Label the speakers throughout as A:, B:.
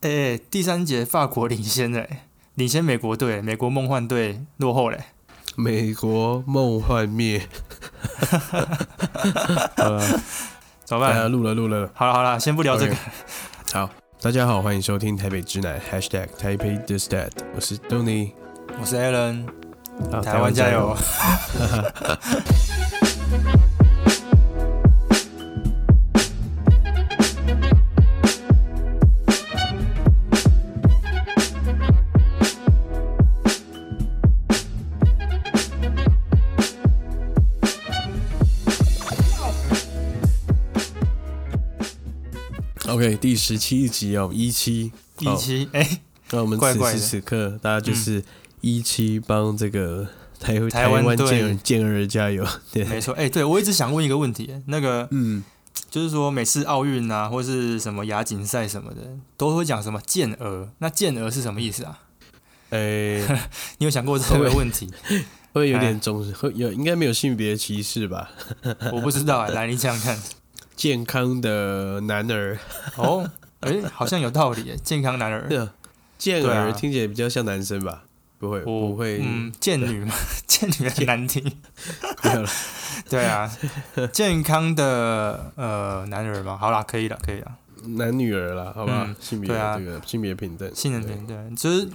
A: 哎、第三节法国领先了、哎领先美国队，美国梦幻队落后嘞、哎
B: 美国梦幻灭，好了，
A: 怎么
B: 大
A: 办？
B: 家哎录了录了，
A: 好了好了，先不聊这个。
B: 好，大家好，欢迎收听台北直男 #hashtag 台北 t h i s t a t 我是 Tony，
A: 我是 Alan，
B: 好
A: 台湾加油！！
B: OK，第十七集哦，一期
A: 一期哎，
B: 那我们
A: 怪
B: 此
A: 怪的嗯
B: 时此刻，大家就是一期帮这个台
A: 台湾
B: 湾
A: 队
B: 健儿健儿加油。对，
A: 没错哎，对我一直想问一个问题，哎那个
B: 嗯，
A: 就是说每次奥运啊或是什么亚锦赛什么的，都会讲什么健儿，那健儿是什么意思啊？
B: 诶，
A: 你有想过这个问题？
B: 哎会有点种，会有应该没有性别歧视吧？
A: 我不知道哎，来你想想看。
B: 健康的男儿，
A: 哦，哎，好像有道理耶，健康男儿。
B: 对啊健
A: 对
B: 儿
A: 啊
B: 听起来比较像男生吧？不会，
A: 我
B: 不会，
A: 嗯，贱女嘛， 贱女很难听。
B: 没有了。
A: 对啊，健康的呃男人嘛，好啦，可以了，可以了，
B: 男女儿啦，好不好？
A: 嗯
B: 性别
A: 对啊
B: 这个性别平等，
A: 信任平对，就是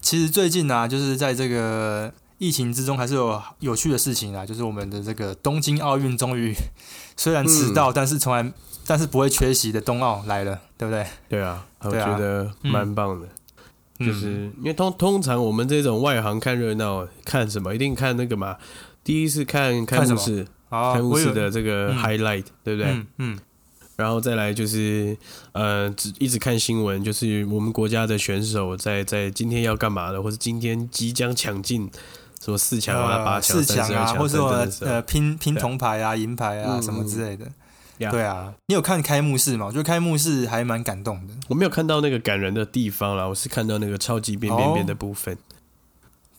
A: 其实最近啊，就是在这个疫情之中，还是有有趣的事情啊，就是我们的这个东京奥运终于虽然迟
B: 嗯
A: 到，但是从来但是不会缺席的冬奥来了，对不对？
B: 对啊，我
A: 对啊
B: 觉得蛮棒的。就
A: 嗯、
B: 是因为通通常我们这种外行看热闹，看什么一定看那个嘛。第一是看开
A: 看什
B: 幕
A: 么
B: 式，
A: 哦
B: 开幕
A: 我
B: 式
A: 有
B: 的这个
A: 嗯
B: highlight，对不对？
A: 嗯嗯
B: 然后再来就是呃，只一直看新闻，就是我们国家的选手在在今天要干嘛的，或是今天即将抢进什么四强啊、
A: 呃
B: 八强、
A: 四
B: 三
A: 强
B: 十二
A: 啊，
B: 强
A: 或者
B: 等等的
A: 说
B: 时候
A: 呃拼拼
B: 对
A: 铜牌啊、银牌啊
B: 嗯
A: 什么之类的。
B: 呀
A: 对啊，你有看开幕式吗？我觉得开幕式还蛮感动的。
B: 我没有看到那个感人的地方啦，我是看到那个超级变变变的部分。
A: 哦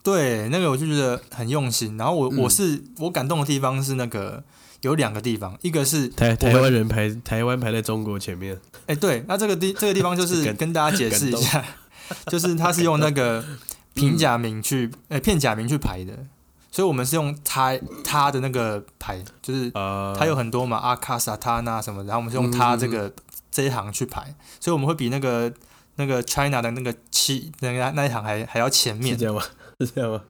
A: 对，那个我就觉得很用心。然后我、
B: 嗯
A: 我是我感动的地方是那个有两个地方，一个是我
B: 台
A: 们
B: 台湾人排台湾排在中国前面，
A: 哎对，那这个地这个地方就是
B: 感嗯
A: 跟大家解释一下， 就是它是用那个平假名去哎、片假名去排的，所以我们是用他他的那个排，就是
B: 呃，
A: 它有很多嘛，阿卡萨塔那什么的，然后我们是用
B: 嗯
A: 它这个、这一行去排，所以我们会比那个那个 China 的那个七那个那一行还还要前
B: 是
A: 面
B: 这。样吗？ 是这样吗？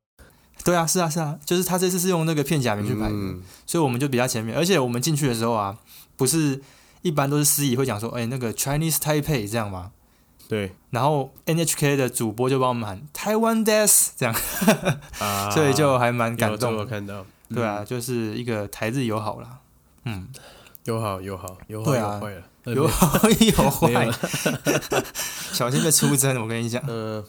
A: 对啊，是啊，是啊，就是他这次是用那个片假名去排的，
B: 嗯
A: 所以我们就比较前面。而且我们进去的时候啊，不是一般都是司仪会讲说，哎、那个 Chinese Taipei 这样嘛，
B: 对
A: 然后 NHK 的主播就帮我们喊台湾 des 这样，
B: 啊，
A: 所以就还蛮
B: 有
A: 感
B: 这我
A: 动
B: 嗯
A: 的。
B: 看到，
A: 对啊，就是一个台日友好啦。嗯，
B: 有好有好有好
A: 对啊
B: 有坏了，呃
A: 有 好有
B: 没有
A: 坏
B: 了，
A: 小心被出征，我跟你讲。
B: 嗯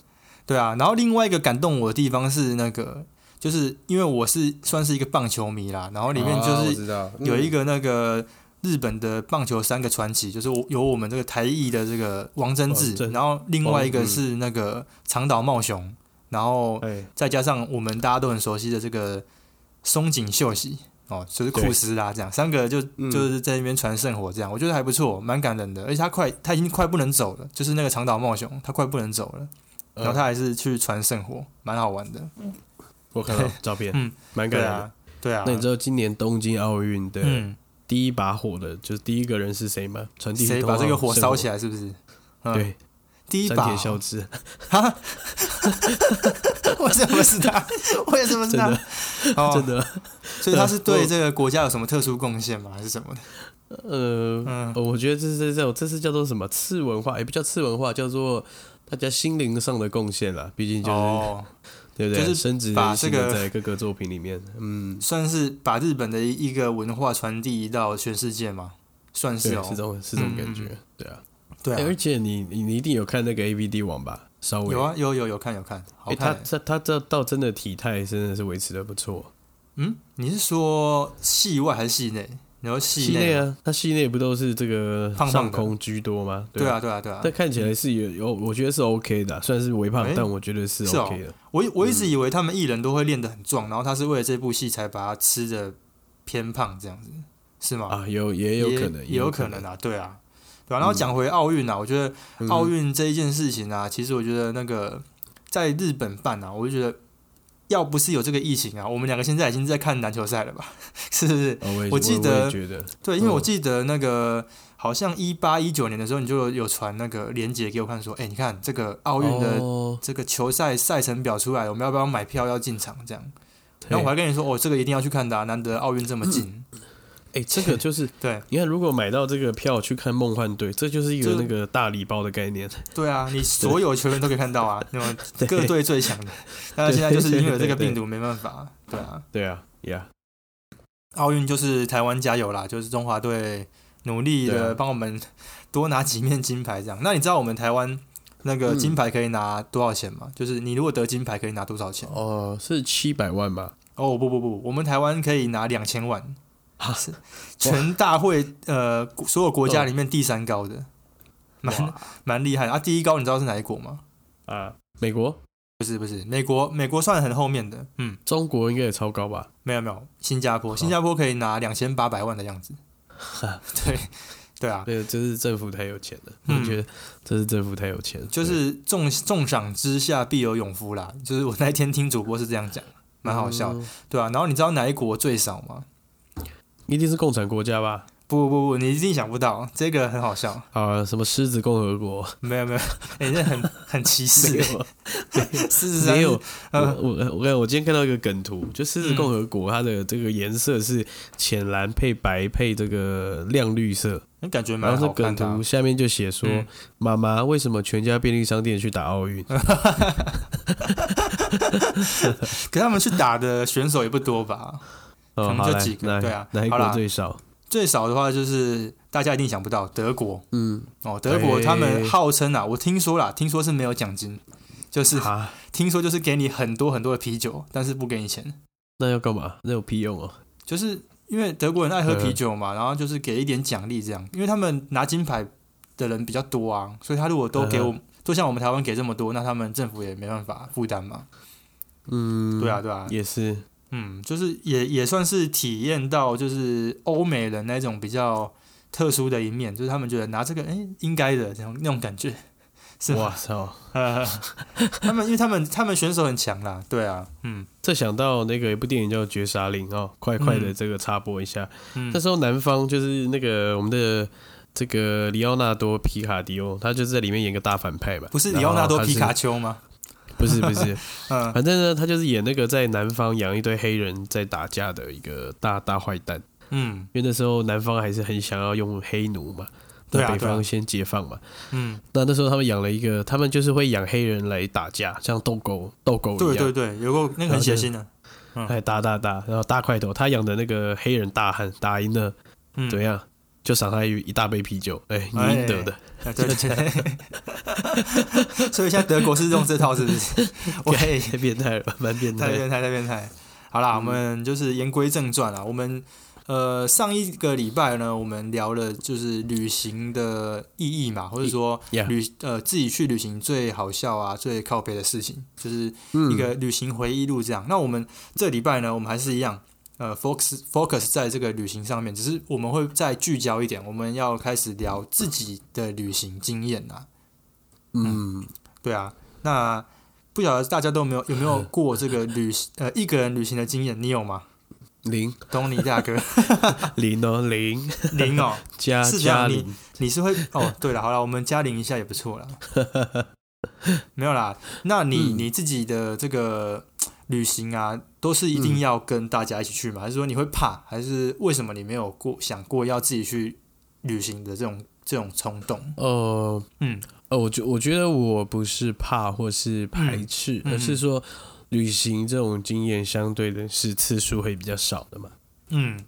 A: 对啊，然后另外一个感动我的地方是那个，就是因为我是算是一个棒球迷啦，然后里面
B: 啊我
A: 就是
B: 知道
A: 有一
B: 个
A: 个那个日本的棒球三个传奇，就是我有我们这个台艺的这个王贞
B: 王
A: 治，
B: 贞
A: 然后另外一
B: 王
A: 个
B: 嗯
A: 是那个长岛茂雄，然后
B: 哎
A: 再加上我们大家都很熟悉的这个松井秀喜哦，就是库斯啦，这样三个就
B: 嗯
A: 就是在那边传圣火，这样我觉得还不错，蛮感人的。而且他快他已经快不能走了，就是那个长岛茂雄，他快不能走了，
B: 嗯
A: 然后他还是去传圣火，蛮好玩的。
B: 我看到照片，
A: 嗯
B: 蛮感
A: 对
B: 人的。
A: 啊，对啊。
B: 那你知道今年东京奥运的
A: 嗯，
B: 第一把火的，就是第一个人是谁吗？传递
A: 谁把这个火烧起
B: 来？
A: 来是不是？嗯，
B: 对，
A: 第一
B: 山
A: 把
B: 田孝之，
A: 为什么是他？ 为什么是他？哦，
B: 真的
A: 所以他是对这个国家有什么特殊贡献吗？还是什么的？
B: 呃，
A: 嗯
B: 我觉得这是这种，这是叫做什么次文化，也不叫次文化，叫做大家心灵上的贡献啦。毕竟就是、
A: 哦，
B: 对不对？
A: 就是
B: 深植
A: 把
B: 人心
A: 这
B: 的
A: 个
B: 在各个作品里面，嗯，
A: 算是把日本的一个文化传递到全世界吗？算
B: 对，
A: 是
B: 是
A: 哦
B: 这，种是这种感觉，
A: 嗯嗯
B: 对啊。
A: 对
B: 哎而
A: 啊，
B: 且你你你一定有看那个 A V D 网吧，稍微
A: 有啊，有有有看有看，好
B: 哎他
A: 看欸。
B: 他他这倒真的体态真的是维持的不错，
A: 嗯，你是说戏外还是戏内？你说戏
B: 系内
A: 内？
B: 啊，他系内不都是这个
A: 胖胖
B: 上
A: 的
B: 空居多吗？
A: 对
B: 啊，
A: 啊，对啊，对啊。
B: 但看起来是有有，我觉得是 OK 的啊，虽然是微胖
A: 哎，
B: 但我觉得是
A: 是哦
B: OK 的。
A: 我我一直
B: 嗯
A: 以为他们艺人都会练得很壮，然后他是为了这部戏才把它吃的偏胖这样子，是吗？
B: 啊，有也有
A: 也
B: 可能，嗯
A: 也有
B: 可
A: 能啊，对啊，对吧、然后讲回奥运啊，我觉得奥运这一件事情啊，其实我觉得那个在日本办啊，我就觉得要不是有这个疫情啊，我们两个现在已经在看篮球赛了吧？是不是？
B: 哦我也
A: 我记
B: 也
A: 得
B: 觉得，
A: 对，因为我
B: 嗯
A: 记得那个好像一八一九年的时候，你就有有传那个链接给我看，说，哎、你看这个奥运的
B: 哦
A: 这个球赛赛程表出来，我们要不要买票要进场这样？然后我还
B: 嘿
A: 跟你说，哦，这个一定要去看的、啊，难得奥运这么 近。
B: 哎，这个 就是
A: 对
B: 你看，如果买到这个票去看梦幻队，这就是一个
A: 这
B: 那个大礼包的概念。
A: 对啊，你所有球员都可以看到啊，那么各
B: 对
A: 队最强的。 但是现在就是因为有这个
B: 对对
A: 病毒，没办法。对啊，
B: 对啊，Yeah，
A: 奥运就是台湾加油啦，就是中华队努力
B: 对
A: 的
B: 啊
A: 帮我们多拿几面金牌这样。那你知道我们台湾那个
B: 嗯
A: 金牌可以拿多少钱吗？就是你如果得金牌可以拿多少钱？
B: 哦，是七百万吧？
A: 哦不不不，我们台湾可以拿两千万
B: 啊，
A: 是全大会呃所有国家里面第三高的，蛮
B: 哇
A: 蛮厉害的啊。第一高你知道是哪一国吗？
B: 啊，美国、
A: 不是不是，美国美国算很后面的，嗯，
B: 中国应该也超高吧？
A: 没有没有，新加坡新加坡可以拿两千八百万的样子，对对啊，
B: 对，这是政府太有钱了，
A: 嗯
B: 我觉得这是政府太有钱了，
A: 就是重重赏之下必有勇夫啦，就是我那一天听主播是这样讲，蛮好笑的，
B: 嗯
A: 对啊。然后你知道哪一国最少吗？
B: 一定是共产国家吧？
A: 不不不不，你一定想不到，这个很好笑。
B: 啊，什么狮子共和国？
A: 没有没有， 哎、这很很歧视、欸。
B: 有，
A: 事实上
B: 没有。我
A: 呃嗯
B: 我我看我今天看到一个梗图，就狮子共和国，它的这个颜色是浅蓝配白配这个亮绿色，
A: 那感觉蛮
B: 然后
A: 好
B: 这梗
A: 看的啊、
B: 图下面就写说
A: 嗯：“
B: 妈妈，为什么全家便利商店去打 奥运？”
A: 可他们去打的选手也不多吧？
B: 哦
A: 可能
B: 好
A: 就
B: 来
A: 几个
B: 哪
A: 对啊
B: 哪一
A: 好
B: 国
A: 啦
B: 最少？
A: 最少的话就是大家一定想不到德国
B: 嗯，
A: 哦，德国
B: 哎
A: 他们号称啊，我听说啦，听说是没有奖金，就是
B: 啊，
A: 听说就是给你很多很多的啤酒，但是不给你钱，
B: 那要干嘛？那有屁用哦！
A: 就是因为德国人爱喝啤酒嘛，然后就是给一点奖励这样，因为他们拿金牌的人比较多啊，所以他如果都给我，都像我们台湾给这么多，那他们政府也没办法负担嘛。
B: 嗯，
A: 对啊，，对啊，
B: 也是，
A: 嗯，就是也也算是体验到就是欧美人那种比较特殊的一面，就是他们觉得拿这个哎、诶应该的这种那种感觉，是
B: 哇
A: 吧？
B: 操！
A: 呃他们因为他们他们选手很强啦，对啊，嗯
B: 这想到那个有一部电影叫《绝杀令》哦，快快的
A: 嗯
B: 这个插播一下，
A: 嗯
B: 那，时候南方就是那个我们的这个里奥纳多皮卡迪欧，他就是在里面演个大反派嘛。
A: 不是里奥纳多皮卡
B: 丘？
A: 丘吗？
B: 不是不是，
A: 嗯，
B: 反正呢，他就是演那个在南方养一堆黑人在打架的一个大大坏蛋。
A: 嗯
B: 因为那时候南方还是很想要用黑奴嘛，
A: 对啊
B: 那北
A: 对啊
B: 方先解放嘛。
A: 嗯，
B: 那那时候他们养了一个，他们就是会养黑人来打架，像斗狗斗狗一样。
A: 对对对，有 个那个很血腥的，
B: 哎，打打打，然后大块头，他养的那个黑人大汉打赢了，
A: 嗯，
B: 怎么样？就赏他一一大杯啤酒，哎，你
A: 哎
B: 应得的。
A: 啊 对对对， 所以现在德国是用这套是不 是？喂。
B: 太变态了，蛮变
A: 太
B: 态的。
A: 变态，太变态。好啦，我们就是言归正传啦。我们呃上一个礼拜呢，我们聊了就是旅行的意义嘛，或者说
B: Yeah
A: 旅呃自己去旅行最好笑啊、最靠北的事情，就是一
B: 嗯，
A: 个旅行回忆录这样。那我们这礼拜呢，我们还是一样。呃，focus focus 在这个旅行上面，只是我们会再聚焦一点，我们要开始聊自己的旅行经验啦。
B: 嗯，
A: 对啊，那不晓得大家都没有有没有过这个旅行呃一个人旅行的经验？你有吗？
B: 零
A: 东尼大哥
B: 零哦， 零
A: 零哦，
B: 加
A: 是这样
B: 加
A: 你
B: 零，
A: 你是会哦？对了，好了，我们加零一下也不错啦。 没有啦，那你、
B: 嗯
A: 你自己的这个旅行啊，都是一
B: 嗯
A: 定要跟大家一起去吗？还是说你会怕？还是为什么你没有过想过要自己去旅行的这种这种冲动？
B: 呃
A: 嗯
B: 呃，我觉我觉得我不是怕或是排斥，
A: 嗯嗯
B: 而是说旅行这种经验相对的是次数会比较少的嘛。
A: 嗯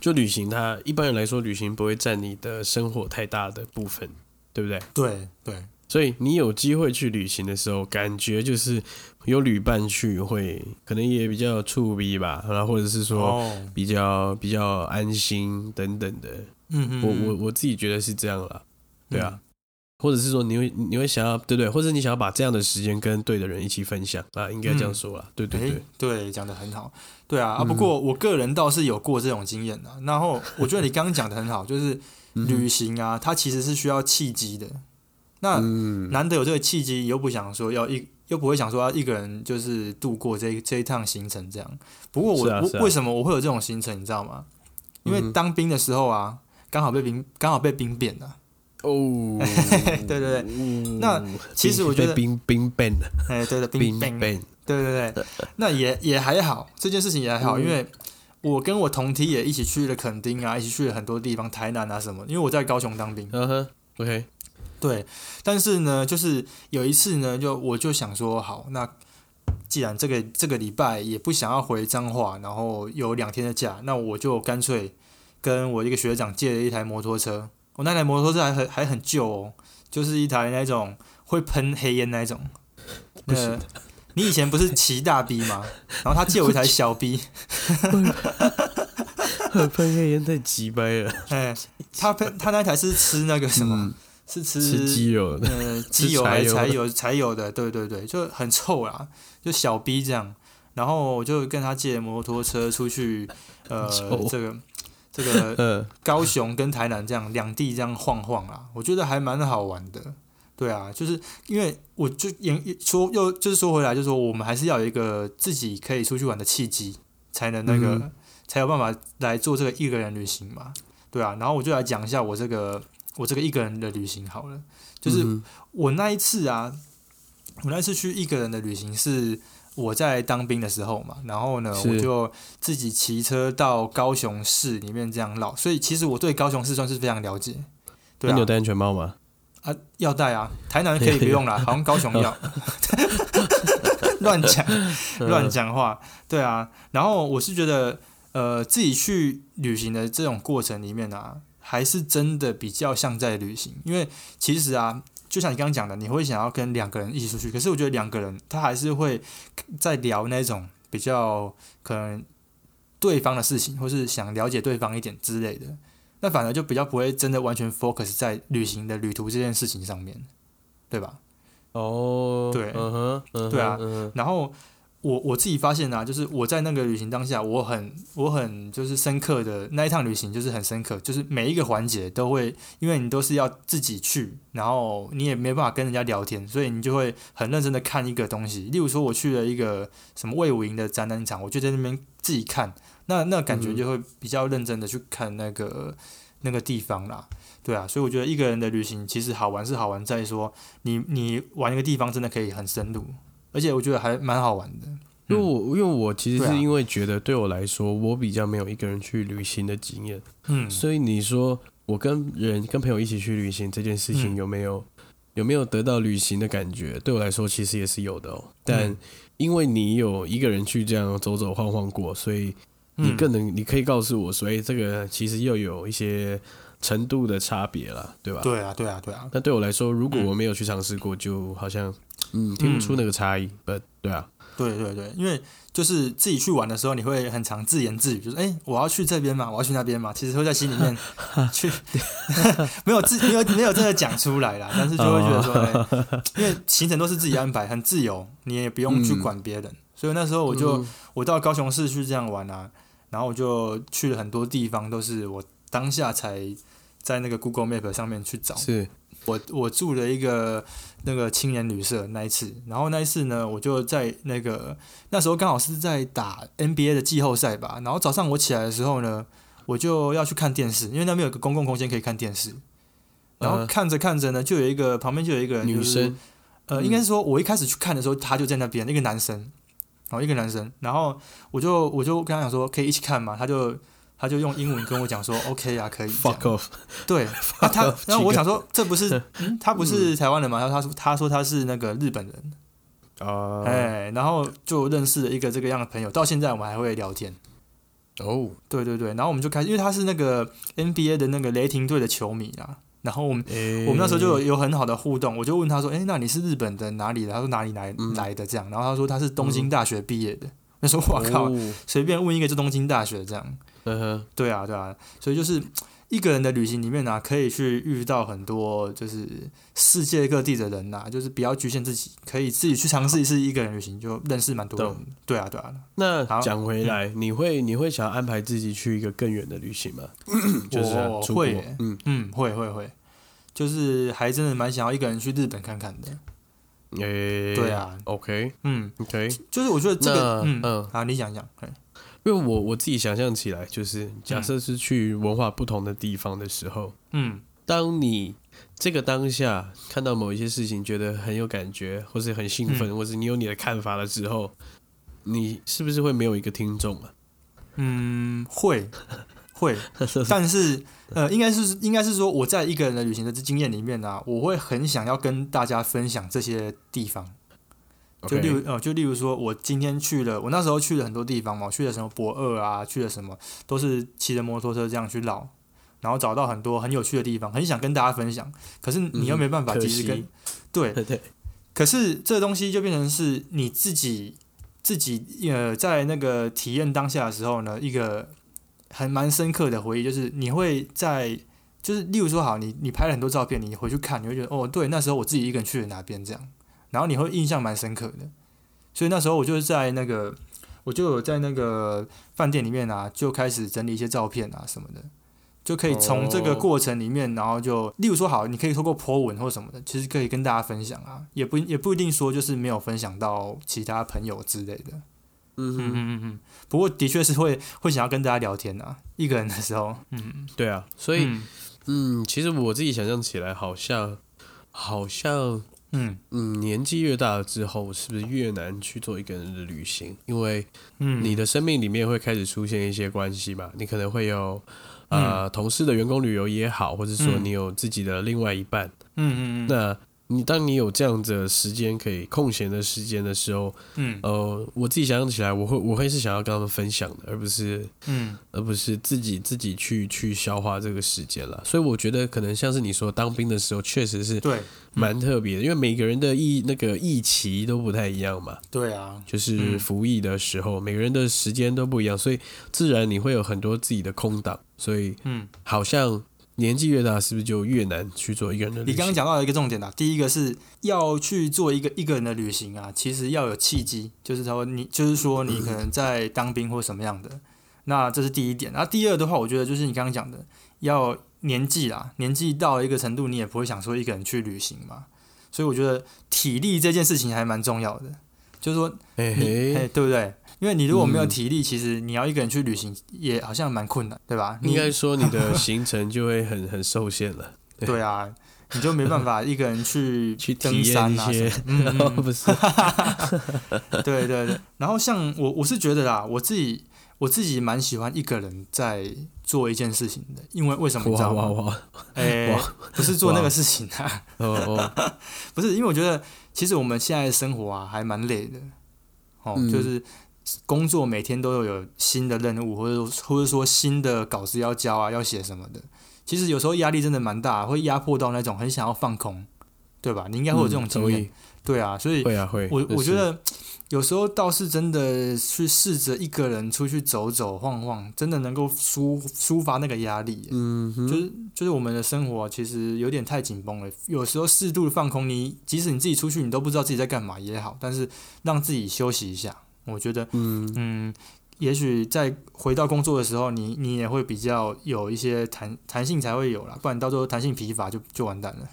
B: 就旅行它，一般人来说，旅行不会占你的生活太大的部分，对不对？
A: 对对，
B: 所以你有机会去旅行的时候，感觉就是有旅伴去会，可能也比较触逼吧，然后或者是说
A: 哦，
B: 比较比较安心等等的。
A: 嗯嗯，
B: 我
A: 嗯
B: 我我自己觉得是这样啦，对啊
A: 嗯。
B: 或者是说你会你会想要对不对？或者你想要把这样的时间跟对的人一起分享啊，应该这样说啦，对
A: 嗯
B: 对
A: 诶，
B: 对，嗯
A: 对，讲的很好，啊 对啊啊。不过我个人倒是有过这种经验的、然后我觉得你刚刚讲的很好，就是
B: 嗯
A: 旅行啊，它其实是需要契机的。那
B: 嗯
A: 难得有这个契机，又不想说要一，又不会想说要一个人就是度过这一这一趟行程这样。不过我、
B: 是啊是啊嗯
A: 我为什么我会有这种行程，你知道吗？因为当兵的时候啊，刚好被兵刚好被兵变了。
B: 哦，
A: 对对
B: 嗯
A: 对，那其实我觉得，
B: 冰冰 ban
A: 哎，对的，兵
B: 冰
A: 变
B: ban，
A: 对对对，那也也还好，这件事情也还好，因为我跟我同梯也一起去了垦丁啊，一起去了很多地方，台南啊什么，因为我在高雄当兵。
B: 嗯哼，OK，
A: 对，但是呢，就是有一次呢，就我就想说，好，那既然这个这个礼拜也不想要回彰化，然后有两天的假，那我就干脆跟我一个学长借了一台摩托车，我那台摩托车还很还很旧哦，就是一台那种会喷黑烟那一种。
B: 不行
A: 呃，你以前不是骑大 B 吗？然后他借我一台小 B，
B: 喷黑烟太鸡掰了，
A: 哎，他喷他那台是吃那个什么？是吃
B: 嗯吃鸡肉 的，
A: 呃，
B: 吃
A: 机油还是
B: 柴
A: 柴
B: 油
A: 油柴油的，对对对，就很臭啦，就小逼这样。然后我就跟他借摩托车出去，呃
B: 很臭，
A: 这个这 个
B: 嗯，
A: 高雄跟台南这样两地这样晃晃啦，我觉得还蛮好玩的。对啊，就是因为我就也也说又就是说回来，就是说我们还是要有一个自己可以出去玩的契机，才能那个、
B: 嗯
A: 才有办法来做这个一个人旅行嘛。对啊，然后我就来讲一下我这个我这个一个人的旅行好了， 就是
B: 嗯
A: 我那一次啊，我那一次去一个人的旅行是我在当兵的时候嘛，然后呢，
B: 是
A: 我就自己骑车到高雄市里面这样绕，所以其实我对高雄市算是非常了解。对
B: 那
A: 啊
B: 你有，戴安全帽吗？
A: 啊要带啊，台南可以不用啦，好像高雄要。乱讲乱讲话，对啊。然后我是觉得，呃，自己去旅行的这种过程里面啊，还是真的比较像在旅行，因为其实啊，就像你刚刚讲的，你会想要跟两个人一起出去，可是我觉得两个人他还是会在聊那种比较可能对方的事情，或是想了解对方一点之类的。那反而就比较不会真的完全 focus 在旅行的旅途这件事情上面，对吧？
B: 哦，
A: 对
B: 嗯哼，嗯哼
A: 对啊
B: 嗯哼
A: 然后我我自己发现啊，就是我在那个旅行当下，我很我很就是深刻的那一趟旅行就是很深刻，就是每一个环节都会，因为你都是要自己去，然后你也没办法跟人家聊天，所以你就会很认真的看一个东西。例如说，我去了一个什么魏武营的展览场，我就在那边自己看，那那感觉就会比较认真的去看那个那个地方啦。对啊，所以我觉得一个人的旅行其实好玩是好玩在说你你玩一个地方真的可以很深入，而且我觉得还蛮好玩的。
B: 因为我因为我其
A: 嗯
B: 实
A: 对
B: 是
A: 啊
B: 因为觉得对我来说，我比较没有一个人去旅行的经验，
A: 嗯，
B: 所以你说我跟人跟朋友一起去旅行这件事情
A: 嗯
B: 有没有、有没有得到旅行的感觉？对我来说其实也是有的哦，但
A: 嗯
B: 因为你有一个人去这样走走晃晃过，所以你
A: 嗯
B: 更能你可以告诉我，所以这个其实又有一些程度的差别啦，对吧？
A: 对啊，对啊，对啊，
B: 但对我来说，如果我没有去尝试过，就好像嗯听不出那个差异。But 对啊，
A: 对对对，因为就是自己去玩的时候，你会很常自言自语，就是哎、诶我要去这边嘛，我要去那边嘛，其实会在心里 面去没有自没有没有真的讲出来啦，但是就会觉得说，诶因为行程都是自己安排，很自由，你也不用去管别人，所以那时候我就、我到高雄市去这样玩啊，然后我就去了很多地方，都是我当下才在那个 Google Map 上面去找。
B: 是
A: 我我住了一个那个青年旅社那一次，然后那一次呢，我就在那个那时候刚好是在打 NBA 的季后赛吧，然后早上我起来的时候呢，我就要去看电视，因为那边有个公共空间可以看电视，然后
B: 嗯
A: 看着看着呢，就有一个旁边就有一个人、
B: 女生，，
A: 呃，
B: 嗯
A: 应该是说我一开始去看的时候，他就在那边，一个男生，然后一个男生，然后我就我就跟他讲说可以一起看嘛，他就他就用英文跟我讲说 OK 啊，可以这样
B: fuck off，
A: 对， 啊、 他
B: off，
A: 然后我
B: 几
A: 想
B: 个
A: 说，这不是、嗯、他不是台湾人嘛？然后他说他说他是那个日本人，
B: 啊，
A: 哎、然后就认识了一个这个样的朋友，到现在我们还会聊天。
B: 哦，
A: 对对对，然后我们就开始，因为他是那个 NBA 的那个雷霆队的球迷啊，然后我们、
B: 诶哦
A: 我们那时候就有有很好的互动，我就问他说，哎、那你是日本的哪里的？他说哪里来、
B: 嗯
A: 来的这样，然后他说他是东京大学毕业的，我说我靠，
B: 哦
A: 随便问一个就东京大学这样，
B: 嗯哼，
A: 对啊，对啊，所以就是一个人的旅行里面呢、可以去遇到很多就是世界各地的人呐、就是不要局限自己，可以自己去尝试一次一个人旅行，就认识蛮多人
B: 懂。
A: 对啊，对啊，
B: 那
A: 好嗯
B: 讲回来，你会你会想要安排自己去一个更远的旅行吗？就是啊
A: 我
B: 出国
A: 会耶，
B: 嗯
A: 嗯，会会会，就是还真的蛮想要一个人去日本看看的。
B: 诶、
A: 对啊，
B: ，OK
A: 嗯，
B: OK，
A: 就是我觉得这个，
B: 那
A: 嗯
B: 嗯
A: 好，你讲一讲，对
B: 因为我我自己想象起来，就是假设是去文化不同的地方的时候，
A: 嗯
B: 当你这个当下看到某一些事情，觉得很有感觉，或是很兴
A: 嗯
B: 奋，或是你有你的看法了之后，你是不是会没有一个听众啊？
A: 嗯， 会会，但是呃，应该是应该是说我在一个人的旅行的经验里面呢、啊我会很想要跟大家分享这些地方。就
B: OK，
A: 例如呃，就例如说，我今天去了，我那时候去了很多地方嘛，我去了什么博二啊，去了什么，都是骑着摩托车这样去绕，然后找到很多很有趣的地方，很想跟大家分享。可是你又没办法
B: 嗯可
A: 及时跟，
B: 惜
A: 对，
B: 对，
A: 可是这东西就变成是你自己自己呃，在那个体验当下的时候呢，一个很蛮深刻的回忆，就是你会在就是例如说好，你你拍了很多照片，你回去看，你会觉得哦，对，那时候我自己一个人去了哪边这样，然后你会印象蛮深刻的。所以那时候我就是在那个，我就有在那个饭店里面啊，就开始整理一些照片啊什么的，就可以从这个
B: 哦
A: 过程里面，然后就，例如说好，你可以透过 po 文或什么的，其实可以跟大家分享啊，也不也不一定说就是没有分享到其他朋友之类的。嗯
B: 嗯哼，
A: 嗯嗯。不过的确是会会想要跟大家聊天啊，一个人的时候，嗯，
B: 对啊，所以
A: 嗯
B: 嗯，其实我自己想象起来，好像好像
A: 嗯
B: 嗯，年纪越大了之后，是不是越难去做一个人的旅行？因为
A: 嗯，
B: 你的生命里面会开始出现一些关系嘛，你可能会有呃、同事的员工旅游也好，或者说
A: 嗯
B: 你有自己的另外一半，
A: 嗯嗯嗯
B: 那你当你有这样子的时间可以空闲的时间的时候，
A: 嗯
B: 呃，我自己想象起来，我会我会是想要跟他们分享的，而不是
A: 嗯
B: 而不是自己自己去去消化这个时间了。所以我觉得可能像是你说当兵的时候，确实是
A: 对
B: 蛮特别的，因为每个人的意那个意期都不太一样嘛。
A: 对啊，
B: 就是服役的时候，每个人的时间都不一样，所以自然你会有很多自己的空档，所以
A: 嗯。
B: 好像年纪越大，是不是就越难去做一个人的旅行？
A: 你刚刚讲到了一个重点啦，啊第一个是要去做一个一个人的旅行啊，其实要有契机，就是说你就是说你可能在当兵或什么样的，那这是第一点。然后第二的话，我觉得就是你刚刚讲的，要年纪啦，年纪到了一个程度，你也不会想说一个人去旅行嘛，所以我觉得体力这件事情还蛮重要的，就是说
B: 嘿
A: 你，哎，
B: 嘿，
A: 对不对？因为你如果没有
B: 嗯
A: 体力，其实你要一个人去旅行也好像蛮困难，对吧？
B: 应
A: 你
B: 该说你 的行程就会很很受限了，
A: 对啊，你就没办法一个人去
B: 去
A: 登
B: 体验
A: 山
B: 一
A: 啊
B: 些
A: 什么，嗯嗯嗯
B: 不 是？
A: 对对对。然后像我，我是觉得啦，我自己我自己蛮喜欢一个人在做一件事情的，因为为什么你知
B: 哇
A: 道
B: 哇
A: 吗？
B: 哇！
A: 哎、
B: 哇
A: 不是做那
B: 哇
A: 个事情啊，
B: 哦哦，
A: 不是因为我觉得其实我们现在的生活啊还蛮累的，哦，
B: 嗯
A: 就是工作每天都有有新的任务，或者说或者说新的稿子要交啊，要写什么的。其实有时候压力真的蛮大，会压迫到那种很想要放空，对吧？你应该会有这种
B: 嗯
A: 经验，
B: 同意
A: 对啊，所以
B: 会啊会。
A: 我
B: 就是
A: 我觉得有时候倒是真的去试着一个人出去走走晃晃，真的能够抒抒发那个压力耶。
B: 嗯哼，
A: 就是就是我们的生活其实有点太紧绷了，有时候适度的放空你，即使你自己出去，你都不知道自己在干嘛也好，但是让自己休息一下，我觉得
B: 嗯
A: 嗯，也许在回到工作的时候，你你也会比较有一些弹弹性才会有啦，不然到时候弹性疲乏就就完蛋了。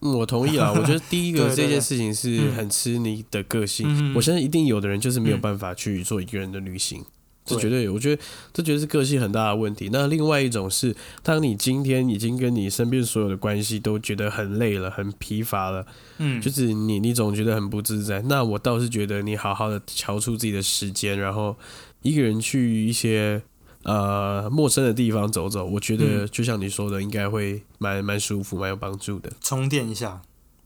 B: 嗯，我 同意啊。我觉得第一个
A: 对对
B: 这件
A: 对
B: 事情是
A: 嗯
B: 很吃你的个性，
A: 嗯
B: 我相信一定有的人就是没有
A: 嗯
B: 办法去做一个人的旅行，这
A: 对
B: 绝对有，我觉得这绝对是个性很大的问题。那另外一种是，当你今天已经跟你身边所有的关系都觉得很累了、很疲乏了，
A: 嗯，
B: 就是你你总觉得很不自在。那我倒是觉得你好好的瞧出自己的时间，然后一个人去一些。呃，陌生的地方走走，我觉得
A: 嗯
B: 就像你说的，应该会蛮蛮舒服，蛮有帮助的。
A: 充电一下。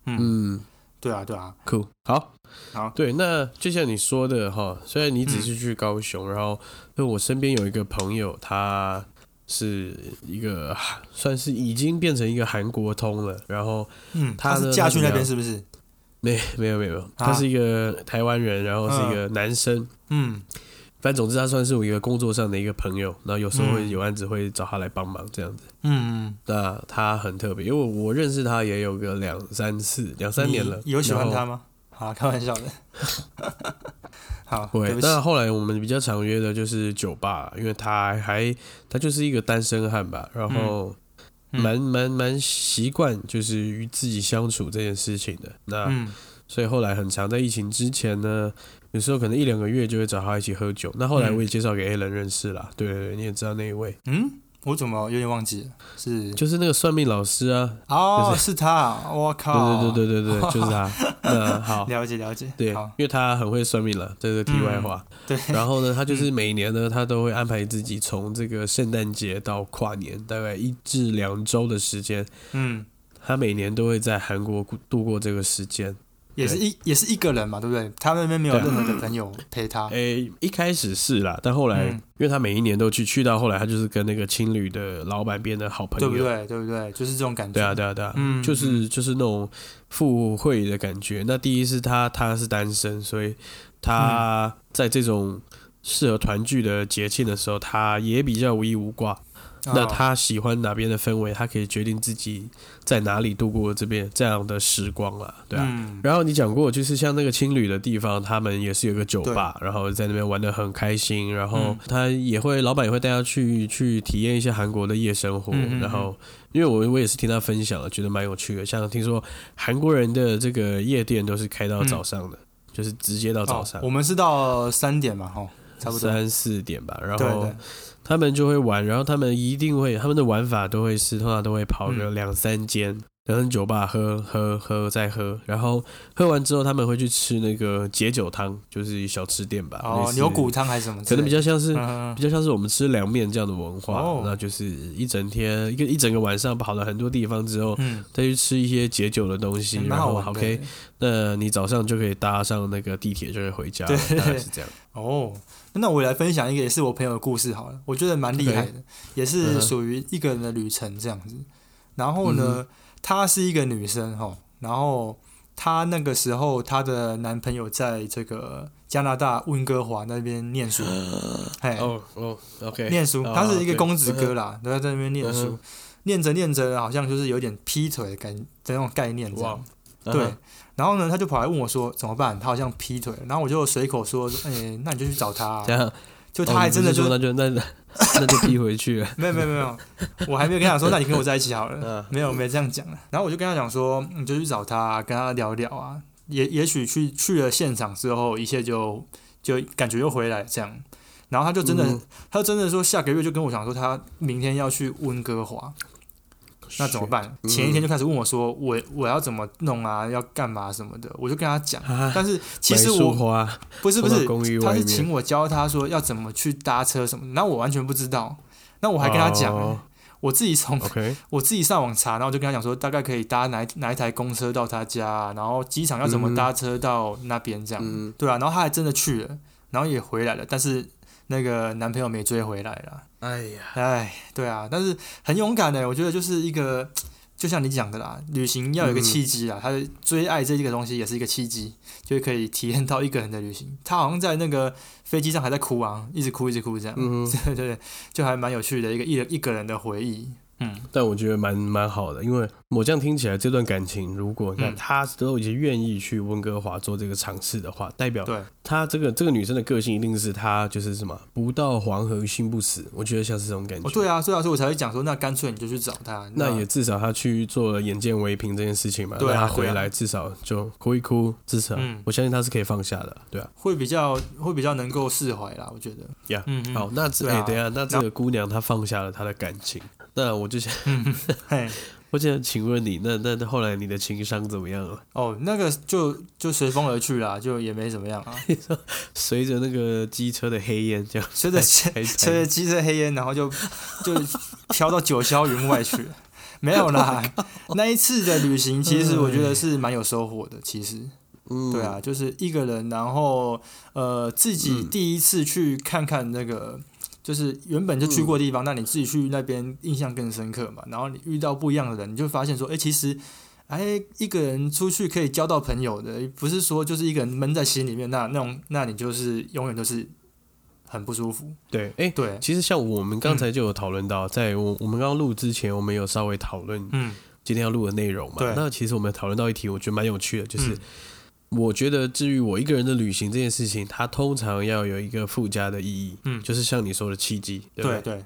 A: 嗯，
B: 嗯，
A: 对啊，对啊，
B: 酷，好，
A: 好
B: 对，那就像你说的哈，虽然你只是去高雄，然后因为我身边有一个朋友，他是一个算是已经变成一个韩国通了，然后
A: 嗯，
B: 他
A: 他是
B: 呢
A: 嫁去那
B: 他怎么
A: 边
B: 样
A: 是不是？
B: 没没有没有，
A: 啊
B: 他是一个台湾人，然后是一个男生，
A: 嗯
B: 反正总之他算是我一个工作上的一个朋友，然后有时候会有案子会找他来帮忙这样子。
A: 嗯，
B: 那他很特别，因为我我认识他也有个两三次、两三年了。
A: 你有喜欢
B: 然后
A: 他吗？好，开玩笑的。好，对
B: 对
A: 不，起，
B: 那后来我们比较常约的就是酒吧，因为他还他就是一个单身汉吧，然后
A: 嗯
B: 蛮蛮蛮习惯就是与自己相处这件事情的。那、
A: 嗯
B: 所以后来很常在疫情之前呢，有时候可能一两个月就会找他一起喝酒。那后来
A: 嗯
B: 我也介绍给 A 人认识啦，对对对，你也知道那一位，
A: 嗯，我怎么有点忘记了？是
B: 就是那个算命老师啊，
A: 哦，
B: 就是
A: 他啊，我靠，
B: 对对对对对 对，就是他。那好，
A: 了解了解，
B: 对，因
A: 好，嗯
B: 为他很会算命了，这是题外话。
A: 对，
B: 然后呢，他就是
A: 嗯
B: 每年呢，他都会安排自己从这个圣诞节到跨年，大概一至两周的时间，
A: 嗯，
B: 他每年都会在韩国度过这个时间。
A: 也是一也是一个人嘛，对不对？他那边没有任
B: 啊
A: 何的朋友陪他，
B: 诶，一开始是啦，但后来、
A: 啊嗯
B: 因为他每一年都去，去到后来他就是跟那个青旅的老板变得好朋
A: 对
B: 友，
A: 不对？对不对？就是这种感觉，
B: 对啊，对啊，对啊，
A: 嗯
B: 就是就是那种附会的感觉。那第一是他他是单身，所以
A: 嗯
B: 他在这种适合团聚的节庆的时候，他也比较无依无挂。
A: 哦
B: 啊那他喜欢哪边的氛围，他可以决定自己在哪里度过这边这样的时光啦，对啊。
A: 嗯
B: 然后你讲过，就是像那个青旅的地方，他们也是有个酒吧，然后在那边玩的很开心，然后
A: 嗯
B: 他也会，老板也会带他去去体验一下韩国的夜生活。
A: 嗯嗯嗯
B: 然后，因为我我也是听他分享了，觉得蛮有趣的。像听说韩国人的这个夜店都是开到早上的，就是直接到早上
A: 嗯哦，我们是到三点嘛，吼，差不多，
B: 三四点吧，然
A: 对
B: 后
A: 对，
B: 他们就会玩，然后他们一定会，他们的玩法都会是，通常都会跑个
A: 嗯
B: 两三间，然后酒吧喝喝喝再喝，然后喝完之后他们会去吃那个解酒汤，就是小吃店吧，类
A: 哦，
B: 似
A: 牛骨，汤还是什么之
B: 可
A: 类的，
B: 能比较像是。
A: 嗯，嗯
B: 比较像是我们吃凉面这样的文化
A: 哦，
B: 那就是一整天一个一整个晚上跑了很多地方之后，
A: 嗯，
B: 再去吃一些解酒的东西，
A: 嗯
B: 然
A: 蛮好
B: 后
A: 玩的
B: OK，那你早上就可以搭上那个地铁就会回家了，
A: 对
B: 大概是 这样。
A: 哦，那我来分享一个也是我朋友的故事好了，我觉得蛮厉害的也
B: 嗯
A: 是
B: 哼
A: 属于一个人的旅程这样子。然后
B: 嗯
A: 呢，她是一个女生哈，然后她那个时候她的男朋友在这个加拿大温哥华那边念书，嘿，
B: 哦哦，OK，
A: 哎念书，他是一个公子
B: 哥。
A: 哥啦，然后在那边念
B: 嗯
A: 书，念着念着好像就是有点劈腿的感的那种概念这样
B: 哇。
A: 对，然后呢，他就跑来问我说怎么办？他好像劈腿了，然后我就随口说，哎、那你就去找他、啊
B: 这。样
A: 就他还真的就、
B: 哦你不是说那 就那那就劈回去了。
A: 没有没有没有，我还没有跟他讲说，那你跟我在一起好了，
B: 嗯
A: 没有没有这样讲了。然后我就跟他讲说，你就去找他、跟他聊聊啊，也也许去去了现场之后，一切就就感觉又回来这样。然后他就真的，
B: 嗯
A: 他就真的说下个月就跟我讲说，他明天要去温哥华， 那怎么办？
B: 嗯
A: 前一天就开始问我说，我我要怎么弄啊，要干嘛什么的，我就跟他讲。
B: 啊？
A: 但是其实
B: 买束
A: 我
B: 花
A: 不是不
B: 放
A: 是
B: 到，公寓
A: 他
B: 外
A: 是
B: 面，
A: 请我教他说要怎么去搭车什么的，然后我完全不知道，那我还跟他讲、
B: 哦
A: 我自己从
B: OK，
A: 我自己上网查，然后我就跟他讲说大概可以搭哪一哪一台公车到他家啊，然后机场要怎么搭车到那边这样，
B: 嗯
A: 对啊，然后他还真的去了，然后也回来了，但是那个男朋友没追回来啦，
B: 哎呀，
A: 哎，对啊，但是很勇敢的、欸我觉得就是一个。就像你讲的啦，旅行要有一个
B: 嗯
A: 契机啦。啊他的追爱这一个东西也是一个契机，就可以体验到一个人的旅行。他好像在那个飞机上还在哭啊，一直哭一直哭这样。
B: 嗯，
A: 对对对，就还蛮有趣的一个一人一个人的回忆。嗯，
B: 但我觉得蛮蛮好的，因为我这样听起来，这段感情如果你看
A: 嗯
B: 他都已经愿意去温哥华做这个尝试的话，代表
A: 对，
B: 他这个这个女生的个性一定是她就是什么不到黄河心不死，我觉得像是这种感觉。
A: 哦，对啊，所以啊，所以我才会讲说，那干脆你就去找他。
B: 那也至少他去做了眼见为凭这件事情嘛，
A: 对啊
B: 那他
A: 对
B: 回
A: 啊
B: 来至少就哭一哭，至少、
A: 嗯
B: 我相信他是可以放下的，对啊。
A: 会比较会比较能够释怀啦，我觉得。
B: Yeah，
A: 嗯嗯，
B: 好，那这
A: 对
B: 哎、
A: 啊
B: 等一下，那这个姑娘她放下了她的感情，那我就想，
A: 嘿，
B: 我想请问你，那那那后来你的情商怎么样了？
A: 哦，那个就就随风而去啦，就也没怎么样 啊。
B: 随着那个机车的黑烟这样，
A: 随着吹
B: 还
A: 吹着机车黑烟，然后就就飘到九霄云外去了。没有 啦，那一次的旅行其实我觉得是蛮有收获的。其实，
B: 嗯，
A: 对啊，就是一个人，然后呃，自己
B: 嗯
A: 第一次去看看那个，就是原本就
B: 嗯
A: 去过的地方，那你自己去那边印象更深刻嘛。然后你遇到不一样的人，你就发现说，哎、其实，哎，一个人出去可以交到朋友的，不是说就是一个人闷在心里面，那那种，那你就是永远都是很不舒服。
B: 对，哎、
A: 对，
B: 其实像我们刚才就有讨论到，在我我们刚刚录之前，我们有稍微讨论
A: 嗯
B: 今天要录的内容嘛。
A: 对
B: 那其实我们讨论到一题，我觉得蛮有趣的，就是
A: 嗯
B: 我觉得至于我一个人的旅行这件事情，它通常要有一个附加的意义，
A: 嗯，
B: 就是像你说的契机，对不
A: 对
B: 对？
A: 对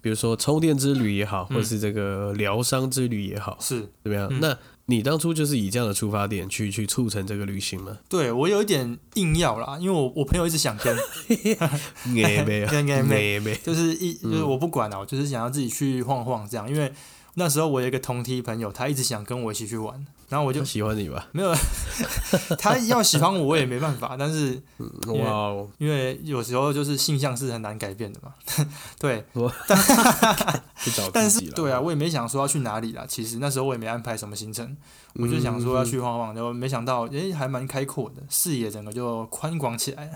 B: 比如说充电之旅也好，
A: 嗯
B: 或是这个疗伤之旅也好，
A: 是。
B: 怎么样？
A: 嗯
B: 那你当初就是以这样的出发点去去促成这个旅 行吗？
A: 对我有一点硬要啦，因为我我朋友一直想 跟，
B: 也没有，
A: 应该没
B: 也没有，
A: 就是一
B: 嗯
A: 就是我不管了，啊我就是想要自己去晃晃这样。因为那时候我有一个同梯朋友，他一直想跟我一起去玩，然后我就
B: 就喜欢你吧？
A: 没有， 他要喜欢我我也没办法，但是因为
B: 哇哦，
A: 因为有时候就是性向是很难改变的嘛， 对，
B: 去找
A: 但
B: 自
A: 是
B: 己了。
A: 对啊，我也没想说要去哪里啦，其实那时候我也没安排什么行程，我
B: 嗯
A: 就想说要去晃晃，然后没想到诶、还蛮开阔的，视野整个就宽广起来了，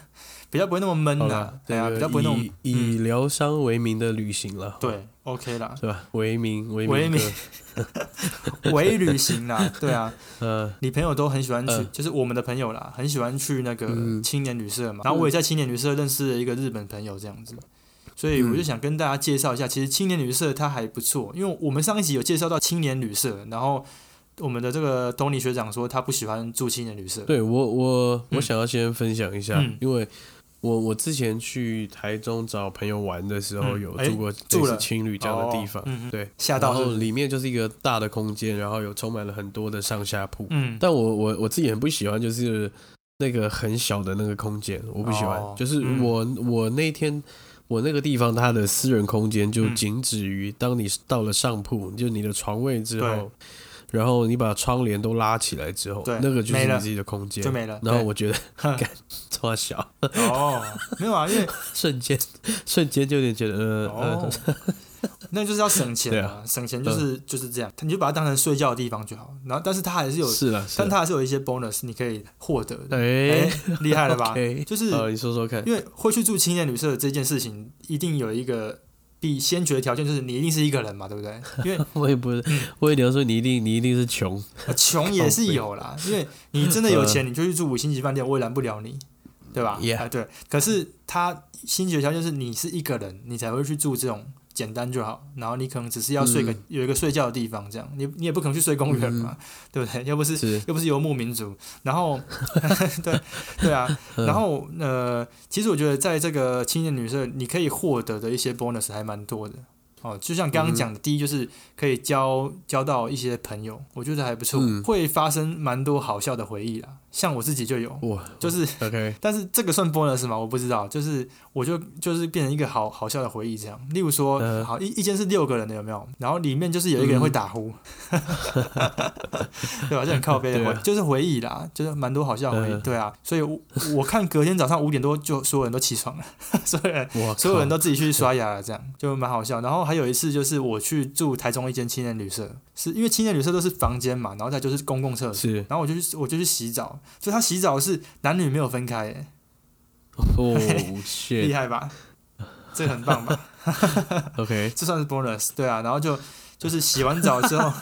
A: 比较不会那么闷
B: 好
A: 啦
B: 啦，，
A: 对啊，
B: 这个
A: 比较不会那种
B: 以以疗伤为名的旅行了，
A: 对，OK 啦，
B: 是吧？为名为
A: 为名
B: 名哥，
A: 微旅行啦，对啊，
B: 呃，
A: 你朋友都很喜欢去，
B: 嗯
A: 就是我们的朋友啦，很喜欢去那个
B: 嗯
A: 青年旅社嘛。然后我也在青年旅社认识了一个日本朋友，这样子。所
B: 嗯
A: 以我就想跟大家介绍一下，其实青年旅社它还不错，因为我们上一集有介绍到青年旅社，然后我们的这个东尼学长说他不喜欢住青年旅社，
B: 对我我
A: 嗯
B: 我想要先分享一下
A: 嗯，
B: 因为我我之前去台中找朋友玩的时候，
A: 嗯
B: 有
A: 哎
B: 住过
A: 住
B: 类
A: 了
B: 似青旅这样的地
A: 哦
B: 方，
A: 嗯嗯
B: 对，
A: 吓
B: 然
A: 到是不
B: 后
A: 是
B: 里面就是一个大的空间，然后有充满了很多的上下铺，
A: 嗯，
B: 但我我我自己很不喜欢，就是那个很小的那个空间，我不喜欢。
A: 哦
B: 就是
A: 嗯
B: 我、我那天我那个地方，它的私人空间就
A: 嗯
B: 仅止于当你到了上铺，就你的床位之
A: 对
B: 后，然后你把窗帘都拉起来之后，
A: 对
B: 那个就
A: 没
B: 是
A: 了
B: 你自己的空间
A: 就。没了。
B: 然后
A: 对
B: 我觉得
A: 哼
B: 超小，
A: 哦，没有啊，因为
B: 瞬间瞬间就有点觉得呃、
A: 哦
B: 呃，
A: 那就是要省钱
B: 对
A: 啊，省钱就是就是这样，你就把它当成睡觉的地方就好。然后，但是它还是有，
B: 是了是
A: 但
B: 了，
A: 它还是有一些 bonus 你可以获得的。哎
B: 哎，
A: 厉害了吧
B: OK
A: 就是
B: 呃，你说说看，
A: 因为会去住青年旅社这件事情，一定有一个必先决条件，就是你一定是一个人嘛，对不对？因为
B: 我也不是，
A: 嗯
B: 我也聊说你一定你一定是穷，
A: 呃穷也是有啦，因为你真的有钱，你就去住五星级饭店，我也拦不了你，对吧？
B: Yeah
A: 哎对。可是他先决条件是你是一个人，你才会去住这种简单就好，然后你可能只是要睡个、
B: 嗯
A: 有一个睡觉的地方，这样你你也不可能去睡公园嘛，对不对？又不是
B: 是
A: 又不是游牧民族，然后对对啊，然后呃，其实我觉得在这个青年旅社，你可以获得的一些 bonus 还蛮多的哦。就像刚刚讲的，第一就是可以交交到一些朋友，我觉得还不错，
B: 嗯
A: 会发生蛮多好笑的回忆啦。像我自己就有，
B: 哇
A: 就是
B: ，OK，
A: 但是这个算 bonus 吗？我不知道，就是我就就是变成一个好好笑的回忆这样。例如说，
B: 嗯
A: 好一一间是六个人的有没有？然后里面就是有一个人会打 呼，对吧？就很靠背的回，
B: 对啊
A: 就是回忆啦，就是蛮多好笑的回忆，
B: 嗯
A: 对啊。所以我我看隔天早上五点多就所有人都起床了， 所有人
B: 哇，
A: 所有人都自己去刷牙了，这样就蛮好笑。然后还有一次就是我去住台中一间青年旅社，是因为青年旅社都是房间嘛，然后再就是公共厕所，
B: 是
A: 然后我就去我就去洗澡，就他洗澡是男女没有分开耶、
B: 哦
A: 厉
B: ，shit，
A: 害吧？这个很棒吧？
B: OK，
A: 这算是 bonus，对啊。然后就就是洗完澡之 后，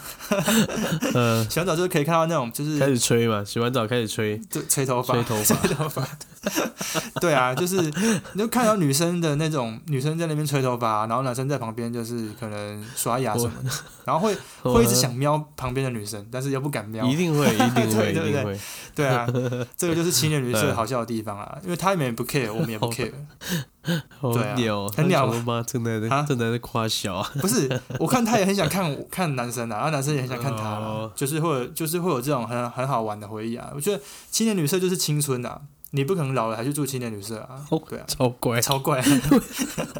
B: 呃，
A: 洗完澡之后可以看到那种就
B: 开
A: 是
B: 始吹嘛，洗完澡开始吹，
A: 就吹头发
B: 吹，头发，
A: 吹头发，对啊，就是你就看到女生的那种女生在那边吹头发，然后男生在旁边就是可能刷牙什么的，然后 会会一直想瞄旁边的女生，但是又不敢瞄
B: 我，，哦一定会，一定
A: 对
B: 会，一
A: 对
B: 定
A: 对
B: 会，
A: 对 啊，这个就是青年旅社
B: 对
A: 好笑的地方啊，因为他们也不 care，我们 也不 care，
B: 好
A: 对啊
B: 鸟哦，
A: 很鸟
B: 他妈正在
A: 啊
B: 那正在那夸小啊，
A: 不是，我看他也很想看我看男生啊，然后 男生也很想看他啦、
B: 哦
A: 就是会有就是会有这种很很好玩的回忆啊。我觉得青年旅社就是青春啊，你不可能老了还去住青年旅社啊，
B: 哦
A: 对啊，
B: 超怪，
A: 超怪。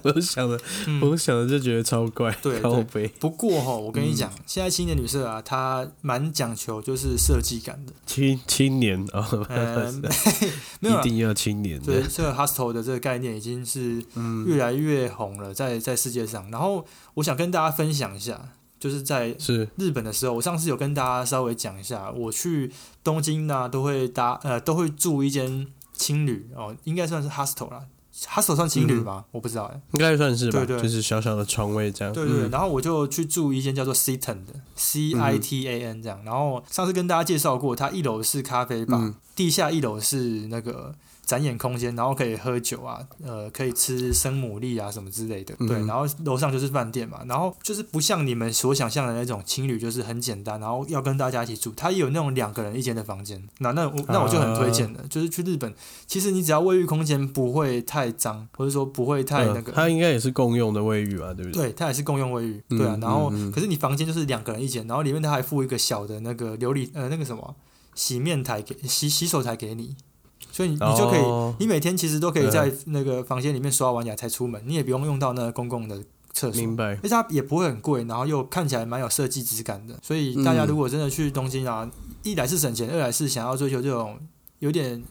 B: 我都想了，
A: 嗯
B: 我都想了就觉得超怪，
A: 对
B: 靠背，
A: 不过哈，我跟你
B: 嗯
A: 讲，现在青年旅社啊，它蛮讲求就是设计感 的，
B: 青青年啊，
A: 呃， 没有啊
B: 一
A: 啦。
B: 定要青年
A: 对，
B: 的，
A: 这个 hostel 的这个概念已经是
B: 嗯
A: 越来越红了，在在世界上。然后我想跟大家分享一下，就是在
B: 是，
A: 日本的时候，我上次有跟大家稍微讲一下，我去东京呢、都会搭呃都会住一间青旅哦，应该算是 hostel 啦，hostel 算青旅吗？我不知道哎、
B: 应该算是吧，
A: 对对
B: 就是小小的床位这样，
A: 对对，
B: 嗯
A: 然后我就去住一间叫做 Citan 的 C I T A N 这样，然后上次跟大家介绍过，它一楼是咖啡吧，
B: 嗯
A: 地下一楼是那个展演空间，然后可以喝酒啊，呃，可以吃生牡蛎啊什么之类的。对，
B: 嗯
A: 然后楼上就是饭店嘛，然后就是不像你们所想象的那种情侣，就是很简单，然后要跟大家一起住。它也有那种两个人一间的房间，那那
B: 啊
A: 我那我就很推荐的，就是去日本，其实你只要卫浴空间不会太脏，或者说不会太那个，
B: 呃它啊应该也是共用的卫浴吧，对不对？
A: 对，它也是共用卫浴，
B: 嗯
A: 对啊。然后，
B: 嗯嗯
A: 可是你房间就是两个人一间，然后里面它还附一个小的那个琉璃呃那个什么洗面台给洗洗手台给你，所以你你就可以，
B: 哦
A: 你每天其实都可以
B: 嗯
A: 在那个房间里面刷完牙才出门，你也不用用到那个公共的厕所。
B: 明白。
A: 而且它也不会很贵，然后又看起来蛮有设计质感的，所以大家
B: 嗯
A: 如果真的去东京啊，一来是省钱，二来是想要追求这种有点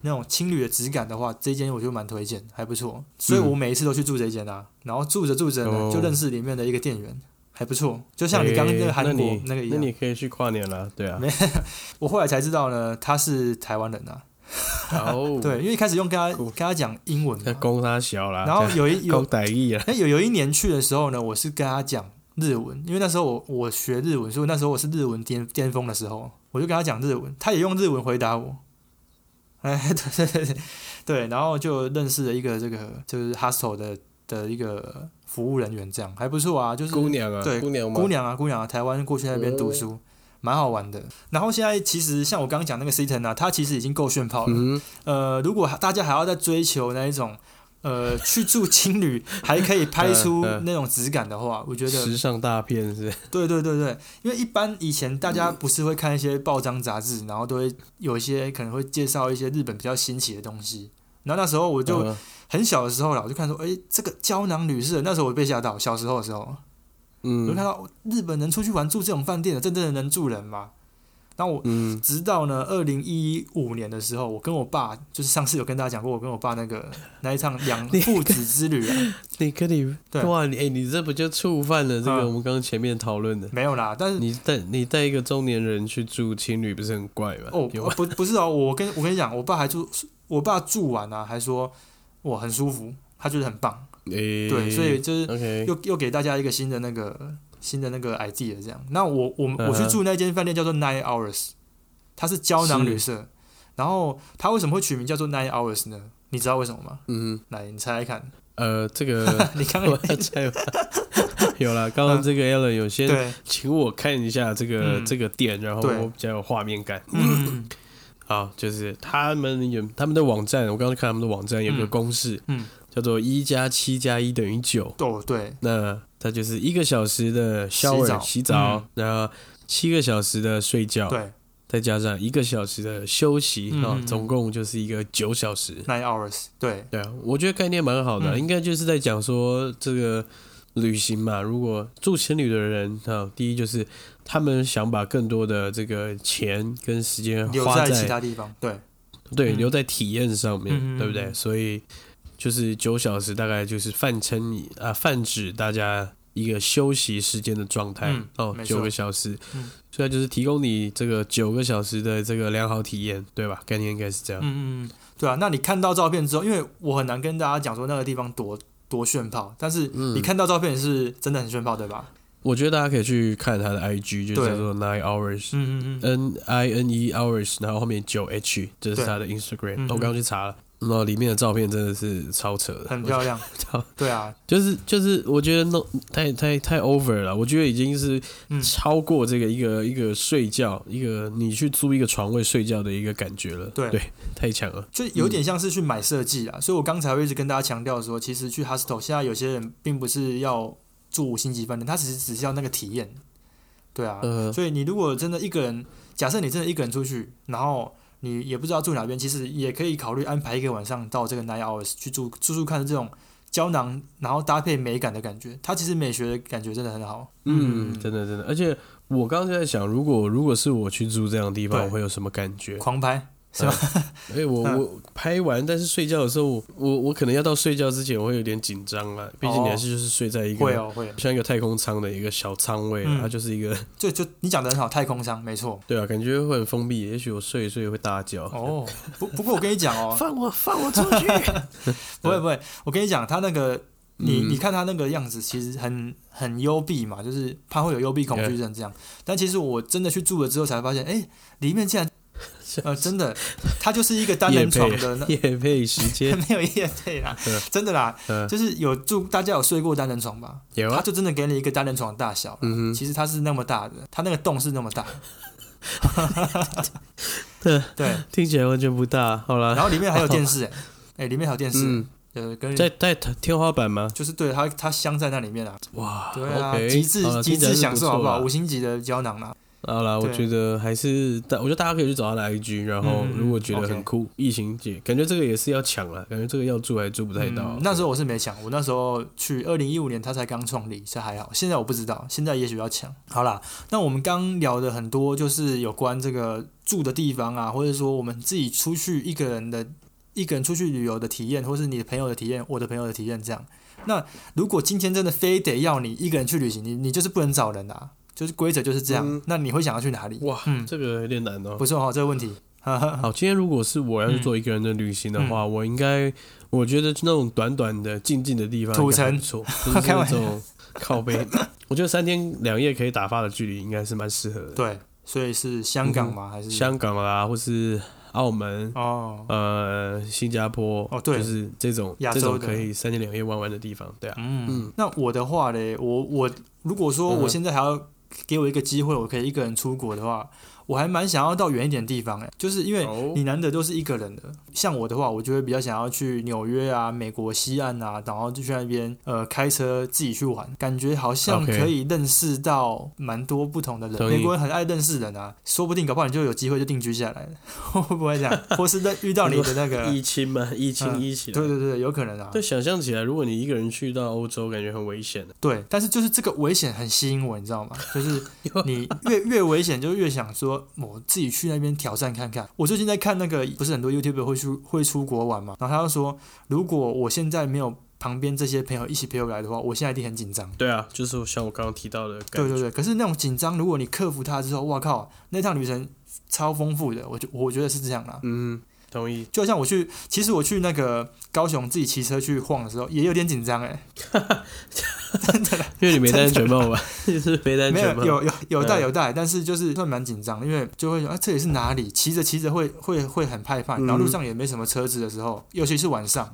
A: 那种青旅的质感的话，这间我就蛮推荐，还不错。所以我每一次都去住这间啊，然后住着住着
B: 哦
A: 呢，就认识里面的一个店员，还不错。就像你刚刚那个
B: 诶
A: 韩
B: 那
A: 国
B: 你
A: 那个一
B: 那
A: 样，
B: 你可以去跨年了，对啊
A: 没。我后来才知道呢，他是台湾人啊。
B: 哦，
A: 对，，因为一开始用跟他
B: Cool
A: 跟他讲英文
B: 那
A: 嘛，
B: 公他小啦，
A: 然后有一有
B: 公歹意啊，
A: 那 有有一年去的时候呢，我是跟他讲日文，因为那时候我我学日文，所以那时候我是日文巅巅峰的时候，我就跟他讲日文，他也用日文回答我。 哎，对对对对对，然后就认识了一个这个就是 hostel 的的一个服务人员，这样还不错啊，就是
B: 姑娘啊，
A: 对
B: 姑娘吗？
A: 姑娘啊，姑娘啊，台湾过去那边读
B: 嗯
A: 书，蛮好玩的。然后现在其实像我刚刚讲那个 C t o n 啊，他其实已经够炫炮了。
B: 嗯，
A: 呃，如果大家还要再追求那一种，呃， 去住青旅还可以拍出
B: 嗯嗯
A: 那种质感的话，我觉得
B: 时尚大片是
A: 对对对对，因为一般以前大家不是会看一些报章杂
B: 嗯
A: 志，然后都会有一些可能会介绍一些日本比较新奇的东西。然后那时候我就
B: 嗯
A: 很小的时候啦，我就看说，诶，这个胶囊旅社，那时候我被吓到，小时候的时候，我就看
B: 嗯
A: 到日本人出去玩住这种饭店的，真正的能住人吗？然后我
B: 嗯，
A: 直到呢，二零一五年的时候，我跟我爸，就是上次有跟大家讲过，我跟我爸那个那一场两父子之旅啊，
B: 你可以
A: 对
B: 哇，你哎，你这不就触犯了这个
A: 嗯
B: 我们刚刚前面讨论的？
A: 没有啦，但是
B: 你带你带一个中年人去住青旅，不是很怪吗？
A: 哦
B: 有吗，
A: 不不是哦，我跟我跟你讲，我爸还住，我爸住完啊，还说我很舒服，他觉得很棒，
B: 诶，
A: 对，所以就是
B: OK，
A: 又又给大家一个新的那个新的那个 idea 这样。那我我我去
B: 嗯哼
A: 住那间饭店叫做 Nine Hours，它是胶囊旅社，然后它为什么会取名叫做 Nine Hours 呢？你知道为什么吗？
B: 嗯，
A: 来，你猜猜看，
B: 呃，这个
A: 你刚 刚
B: 我要猜吧。有了，刚刚这个 Alan 有先
A: 嗯对。
B: 请我看一下这个、
A: 嗯
B: 这个店，然后
A: 对
B: 我比较有画面感。
A: 嗯
B: 好，就是他们有他们的网站，我刚刚看他们的网站有个
A: 嗯
B: 公式，
A: 嗯，
B: 叫做一加七加一等于九。
A: 哦，对，
B: 那它就是一个小时的
A: 洗
B: shower 洗
A: 澡
B: 澡，
A: 嗯
B: 然后七个小时的睡觉，
A: 对
B: 再加上一个小时的休息啊、
A: 嗯
B: 哦
A: 嗯，嗯
B: 总共就是一个九小时。
A: ，nine hours，对，
B: 对啊，我觉得概念蛮好的啊、
A: 嗯
B: 应该就是在讲说这个旅行嘛。如果住情侣的人啊，第一就是他们想把更多的这个钱跟时间
A: 留
B: 花
A: 其他地方，对，
B: 对
A: 嗯
B: 留在体验上
A: 嗯
B: 面，
A: 嗯嗯
B: 对不对？所以就是九小时大概就是泛称你啊泛指大家一个休息时间的状态、
A: 嗯
B: 哦，
A: 没错
B: 九个小时，
A: 嗯
B: 所以它就是提供你这个九个小时的这个良好体验，对吧？概念应该是这样。
A: 嗯嗯，嗯对啊。那你看到照片之后，因为我很难跟大家讲说那个地方多多炫炮，但是
B: 嗯
A: 你看到照片是真的很炫炮，对吧？
B: 我觉得大家可以去看他的 IG，就
A: 对
B: 叫做 Nine Hours。
A: 嗯嗯嗯，
B: N I N E hours，然后后面九 H，这是他的 Instagram，
A: 嗯哼
B: 我刚刚去查了，然后里面的照片真的是超扯的，
A: 很漂亮，
B: 超
A: 对啊，
B: 就是就是我觉得弄太太太 over 了，我觉得已经是
A: 嗯
B: 超过这个一个一个睡觉，一个你去租一个床位睡觉的一个感觉了，
A: 对
B: 太强了，
A: 就有点像是去买设计啊。所以我刚才会一直跟大家强调说，其实去 hostel 现在有些人并不是要住五星级饭店，他其实只是要那个体验，对啊，
B: 呃，
A: 所以你如果真的一个人，假设你真的一个人出去，然后你也不知道住哪边，其实也可以考虑安排一个晚上到这个 Nine Hours 去住住住看这种胶囊，然后搭配美感的感觉，它其实美学的感觉真的很好。
B: 嗯，真的真的，而且我刚刚就在想，如果如果是我去住这样的地方，
A: 对
B: 我会有什么感觉？
A: 狂拍是吧？
B: 哎、我
A: 嗯
B: 我拍完，但是睡觉的时候，我我我可能要到睡觉之前，我会有点紧张啦。毕竟你还是就是睡在一
A: 哦
B: 个、
A: 会哦会哦，
B: 像一个太空舱的一个小舱位，
A: 嗯
B: 它就是一个
A: 就就你讲的很好，太空舱没错。
B: 对啊，感觉会很封闭。也许我睡一睡会大叫，
A: 哦，不不过我跟你讲哦，
B: 放我放我出 去。
A: 不会不会，我跟你讲，他那个你
B: 嗯
A: 你看他那个样子，其实很很幽闭嘛， 就是怕会有幽闭恐惧症这样。但其实我真的去住了之后才发现，哎、里面竟然呃，真的，它就是一个单人床的 那
B: 夜配时间，
A: 没有夜配啦
B: 嗯，
A: 真的啦，
B: 嗯
A: 就是有住大家有睡过单人床吧？
B: 有
A: 它
B: 啊，
A: 就真的给你一个单人床的大小，
B: 嗯哼，
A: 其实它是那么大的，它那个洞是那么 大，
B: 对，
A: 对，
B: 听起来完全不大。好
A: 然
B: 了，
A: 后里面还有电视、欸，哎、里面还有电视，
B: 嗯，
A: 呃，跟
B: 在在天花板吗？
A: 就是对它它镶在那里面啊，
B: 哇，
A: 对啊
B: OK，
A: 极致
B: 好了
A: 极
B: 听起来
A: 致
B: 是
A: 享受
B: 错
A: 好不好？
B: 啦
A: 五星级的胶囊啊啦，
B: 好啦，我
A: 对
B: 觉得还是大，我觉得大家可以去找他的 IG，然后
A: 嗯
B: 如果觉得很
A: OK
B: 酷，疫情姐感觉这个也是要抢了，感觉这个要做还做不太到
A: 嗯。那时候我是没抢，我那时候去二零一五年，它才刚创立，这还好。现在我不知道，现在也许要抢。好啦，那我们刚聊的很多就是有关这个住的地方啊，或者说我们自己出去一个人的一个人出去旅游的体验，或是你的朋友的体验，我的朋友的体验这样。那如果今天真的非得要你一个人去旅行，你你就是不能找人啊，就是规则就是这样。
B: 嗯
A: 那你会想要去哪里？
B: 哇，
A: 嗯，
B: 这个有点难哦
A: 不。错哈、这个问题。
B: 好，今天如果是我要去做一个人的旅行的话，我应该我觉得那种短短的静静的地方
A: 土
B: 应该还
A: 城
B: 不错， 就是
A: 开
B: 那
A: 玩笑
B: 种靠 背。我觉得三天两夜可以打发的距离应该是蛮适合 的。
A: 对，所以是香港吗？还是
B: 香港啦，或是澳门，
A: 哦，
B: 呃，新加坡，
A: 哦对
B: 就是这种
A: 亚
B: 这
A: 洲
B: 种
A: 的
B: 可以三天两夜玩玩的地方，对啊，
A: 嗯
B: 嗯，
A: 那我的话嘞，我我如果说
B: 嗯
A: 我现在还要给我一个机会，我可以一个人出国的话，我还蛮想要到远一点的地方哎，就是因为
B: 哦
A: 你难得都是一个人的，像我的话，我就会比较想要去纽约啊、美国西岸啊，然后就去那边呃开车自己去玩，感觉好像
B: OK
A: 可以认识到蛮多不同的人。
B: 同意
A: 美国人很爱认识人啊，说不定搞不好你就有机会就定居下来了， 会不会这样？或是认遇到你的那 个，
B: 疫情嘛，疫情
A: 嗯
B: 疫情，
A: 对对对，有可能啊。
B: 但想象起来，如果你一个人去到欧洲，感觉很危险的。
A: 对，但是就是这个危险很吸引我，你知道吗？ 就是你越越危险，就越想说我自己去那边挑战看看。我最近在看那个，不是很多 YouTube 会出会出国玩嘛，然后他就说，如果我现在没有旁边这些朋友一起陪我来的话，我现在一定很紧张。
B: 对啊，就是像我刚刚提到的感
A: 对
B: 觉，
A: 对对，可是那种紧张，如果你克服它之后，哇靠，那趟旅程超丰富的，我觉我觉得是这样啦。
B: 嗯，同意。
A: 就像我去，其实我去那个高雄自己骑车去晃的时候，也有点紧张哎、
B: 因为你没戴安全帽吧？ 就是没戴安
A: 没有
B: 全帽，
A: 有有有带
B: 嗯
A: 有带，但是就是算蛮紧张的，因为就会想啊这里是哪里？骑着骑着会会会很害怕，
B: 嗯
A: 然后路上也没什么车子的时候，尤其是晚上，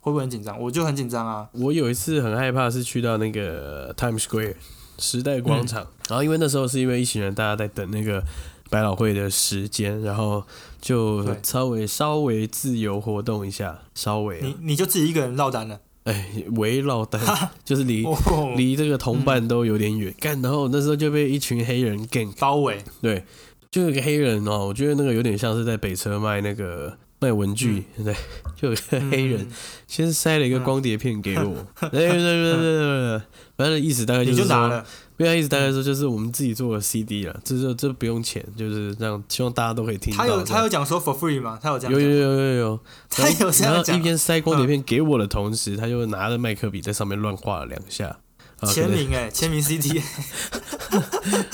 A: 会不会很紧张？我就很紧张啊。
B: 我有一次很害怕，是去到那个 Times Square 时代广场，
A: 嗯
B: 然后因为那时候是因为一行人大家在等那个百老汇的时间，然后就
A: 对
B: 稍微稍微自由活动一下，稍微啊
A: 你你就自己一个人落单了，
B: 哎围绕但就是离
A: 哦，
B: 离这个同伴都有点远，干、然后那时候就被一群黑人 gank，
A: 包围，
B: 对，就有一个黑人哦，我觉得那个有点像是在北车卖那个卖文具，对，就有一个黑人、
A: 嗯
B: 先塞了一个光碟片给 我，哎对对对对对对，反正意思大概就
A: 你
B: 是
A: 就拿
B: 说，
A: 了，
B: 不要意思大概说就是我们自己做的 CD 了，这就这不用钱，就是这样，希望大家都可以听到
A: 他
B: 这
A: 有
B: 样。
A: 他有讲说 for free 吗？他有这样
B: 有有
A: 讲，
B: 有有有，
A: 他有这
B: 然
A: 样
B: 后一
A: 讲。
B: 边塞光碟片给我的同时，他就拿着麦克笔在上面乱画了两下。啊
A: 签，
B: 可能
A: 名哎、签名 CD，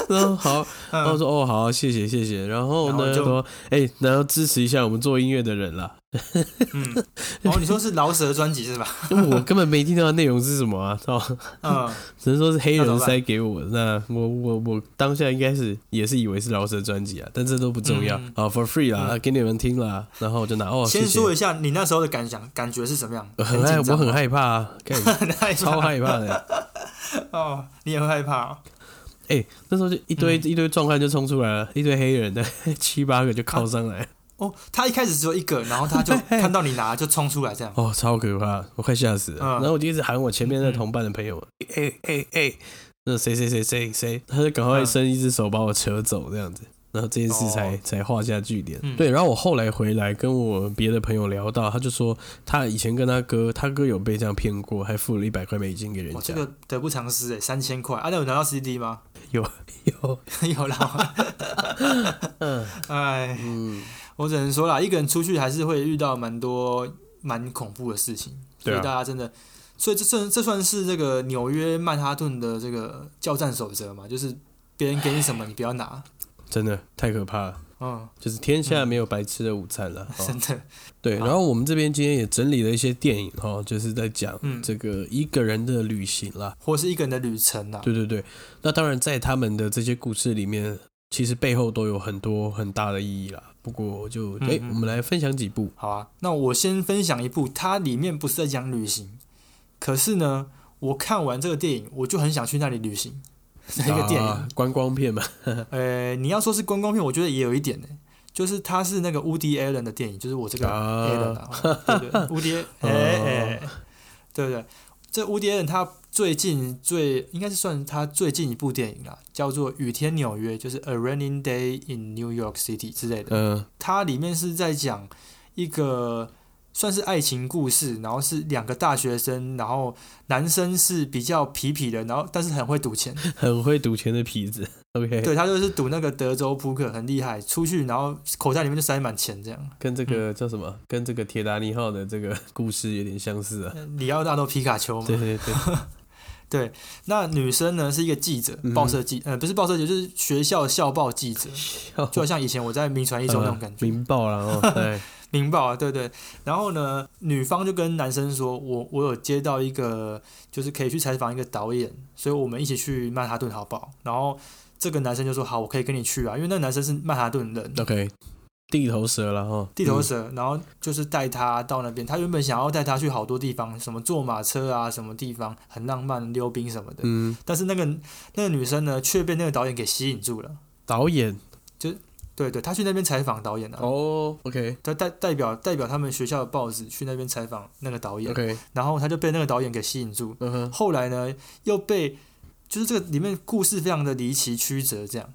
B: 然后好，然后
A: 嗯，
B: 说哦好，谢谢谢谢，然后
A: 然后
B: 呢
A: 就
B: 说哎，然后支持一下我们做音乐的人啦，
A: 嗯哦，你说是饶舌专辑是吧？
B: 因为我根本没听到内容是什么啊，操，
A: 嗯，
B: 只能说是黑
A: 那怎
B: 人
A: 么办
B: 塞给我。那我我我当下应该是也是以为是饶舌专辑啊，但这都不重要
A: 嗯
B: 啊，for free 啦，给你们听啦。然后我就拿哦，谢
A: 先
B: 谢
A: 说。一下你那时候的感想，感觉是什么样？
B: 呃很害，
A: 紧张
B: 我很
A: 吗
B: 害怕啊，干
A: 很害怕，
B: 超害 怕的。
A: 哦，你也会害怕、哦？
B: 哎，那时候就一堆
A: 嗯
B: 一堆壮汉就冲出来了，一堆黑人的 七八个就靠上来，
A: 哦，他一开始只有一个，然后他就 看到你拿就冲出来这样。
B: 哦，超可怕，我快吓死了。
A: 嗯
B: 然后我就一直喊我前面的同伴的朋友，哎哎哎，那谁谁谁谁谁，他就赶快
A: 嗯
B: 伸一只手把我扯走这样子。然后这件事才、
A: 哦
B: 才画下句点、
A: 嗯
B: 对，然后我后来回来跟我别的朋友聊到，他就说他以前跟他哥，他哥有被这样骗过，还付了一百块美金给人
A: 我、这
B: 家。
A: 个得不偿失哎，三千块。啊，那有拿到 CD 吗？
B: 有，
A: 有啦。
B: 嗯
A: 哎，
B: 嗯，
A: 我只能说啦，一个人出去还是会遇到蛮多蛮恐怖的事情，所
B: 对
A: 以
B: 啊
A: 大家真的。所以这这这算是这个纽约曼哈顿的这个交战守则嘛，就是别人给你什么你不要拿，
B: 真的太可怕了，
A: 嗯，
B: 就是天下没有白吃的午餐了。哦
A: 真的，
B: 对，
A: 好
B: 然后我们这边今天也整理了一些电影哈、哦，就是在讲
A: 嗯
B: 这个一个人的旅行啦。
A: 或是一个人的旅程啦，啊
B: 对对对，那当然在他们的这些故事里面，其实背后都有很多很大的意义啦。不过就哎、
A: 嗯
B: 诶
A: 嗯
B: 我们来分享几部，
A: 好啊，那我先分享一部，它里面不是在讲旅行，可是呢，我看完这个电影，我就很想去那里旅行。的一个电影，
B: 啊观光片嘛，
A: 呃，你要说是观光片，我觉得也有一点呢、就是它是那个 Woody Allen 的电影，就是我这个 Allen
B: 啊，哦
A: 啊， 对不对？Woody，哎哎，对不对？这 Woody Allen 他最近最应该是算他最近一部电影啦，叫做《雨天纽约》，就是《A Raining Day in New York City》之类的。
B: 嗯
A: 它里面是在讲一个算是爱情故事，然后是两个大学生，然后男生是比较痞痞的，然后但是很会赌钱，
B: 很会赌钱的痞子。OK，
A: 对他就是赌那个德州扑克很厉害，出去然后口袋里面就塞满钱这样。
B: 跟这
A: 嗯
B: 个叫什么？跟这个铁达尼号的这个故事有点相似啊。
A: 里奥纳多皮卡丘嘛，
B: 对对对，
A: 那女生呢是一个记者，
B: 嗯
A: 报社记，呃，不是报社记者，就是学校校报记者，
B: 笑
A: 就好像以前我在名传一中那种感觉。
B: 呃明报啦 哦，对，
A: 明报啊，对对。然后呢，女方就跟男生说：“我我有接到一个，就是可以去采访一个导演，所以我们一起去曼哈顿好不好？”然后这个男生就说：“好，我可以跟你去啊，因为那个男生是曼哈顿人，
B: OK，地头蛇哦了哈，
A: 地头蛇。然后就是带他到那边，他原本想要带他去好多地方，什么坐马车啊，什么地方很浪漫，溜冰什么的。
B: 嗯，嗯，
A: 但是那个那个女生呢，却被那个导演给吸引住了。
B: 导演
A: 对对，他去那边采访导演啊，
B: 哦，OK
A: 他代代表代表他们学校的报纸去那边采访那个导演。
B: OK，
A: 然后他就被那个导演给吸引住。
B: 嗯哼，
A: 后来呢，又被就是这个里面故事非常的离奇曲折， 这样，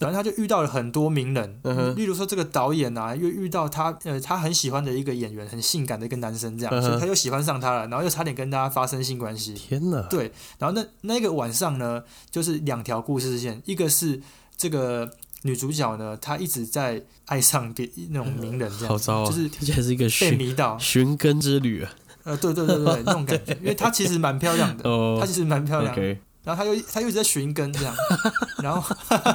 A: 然后他就遇到了很多名人，
B: 嗯哼
A: 例如说这个导演啊，又遇到他呃他很喜欢的一个演员，很性感的一个男生，这样，
B: 嗯哼
A: 所以他又喜欢上他了，然后又差点跟他发生性关系。
B: 天哪，
A: 对然后那那个晚上呢，就是两条故事线，一个是这个女主角呢，她一直在爱上别那种名人，这样，
B: 嗯好糟啊，
A: 就是
B: 听起来是一个
A: 被
B: 寻
A: 迷到，
B: 寻根之旅啊，
A: 呃，对对对对，那种感 觉，因为她其实蛮漂亮的，
B: 哦
A: 她其实蛮漂亮的
B: ，OK，
A: 然后她又她又一直在寻根 这样，然后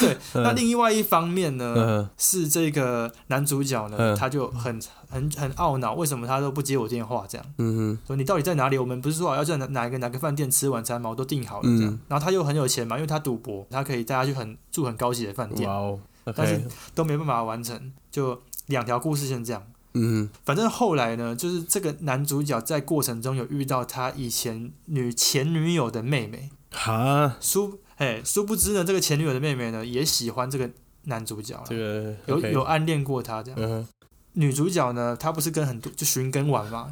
A: 对，那另外一方面呢，
B: 嗯
A: 是这个男主角呢，
B: 嗯
A: 他就很很很懊恼，为什么他都不接我电话这样？
B: 嗯
A: 说你到底在哪里？我们不是说好要在哪哪一个哪个饭店吃晚餐吗？我都订好了这样。
B: 嗯
A: 然后他又很有钱嘛，因为他赌博，他可以带他去很住很高级的饭
B: 哼，
A: 店，
B: 哇哦
A: 嗯但是
B: ，OK，
A: 都没办法完成，就两条故事线这样。
B: 嗯哼，
A: 反正后来呢，就是这个男主角在过程中有遇到他以前女前女友的妹妹，
B: 哈，
A: 殊哎，殊不知呢，这个前女友的妹妹呢也喜欢这个男主角啦，
B: 这个
A: 有
B: OK，
A: 有暗恋过他这样。
B: 嗯哼。
A: 女主角呢，她不是跟很多就寻根玩嘛，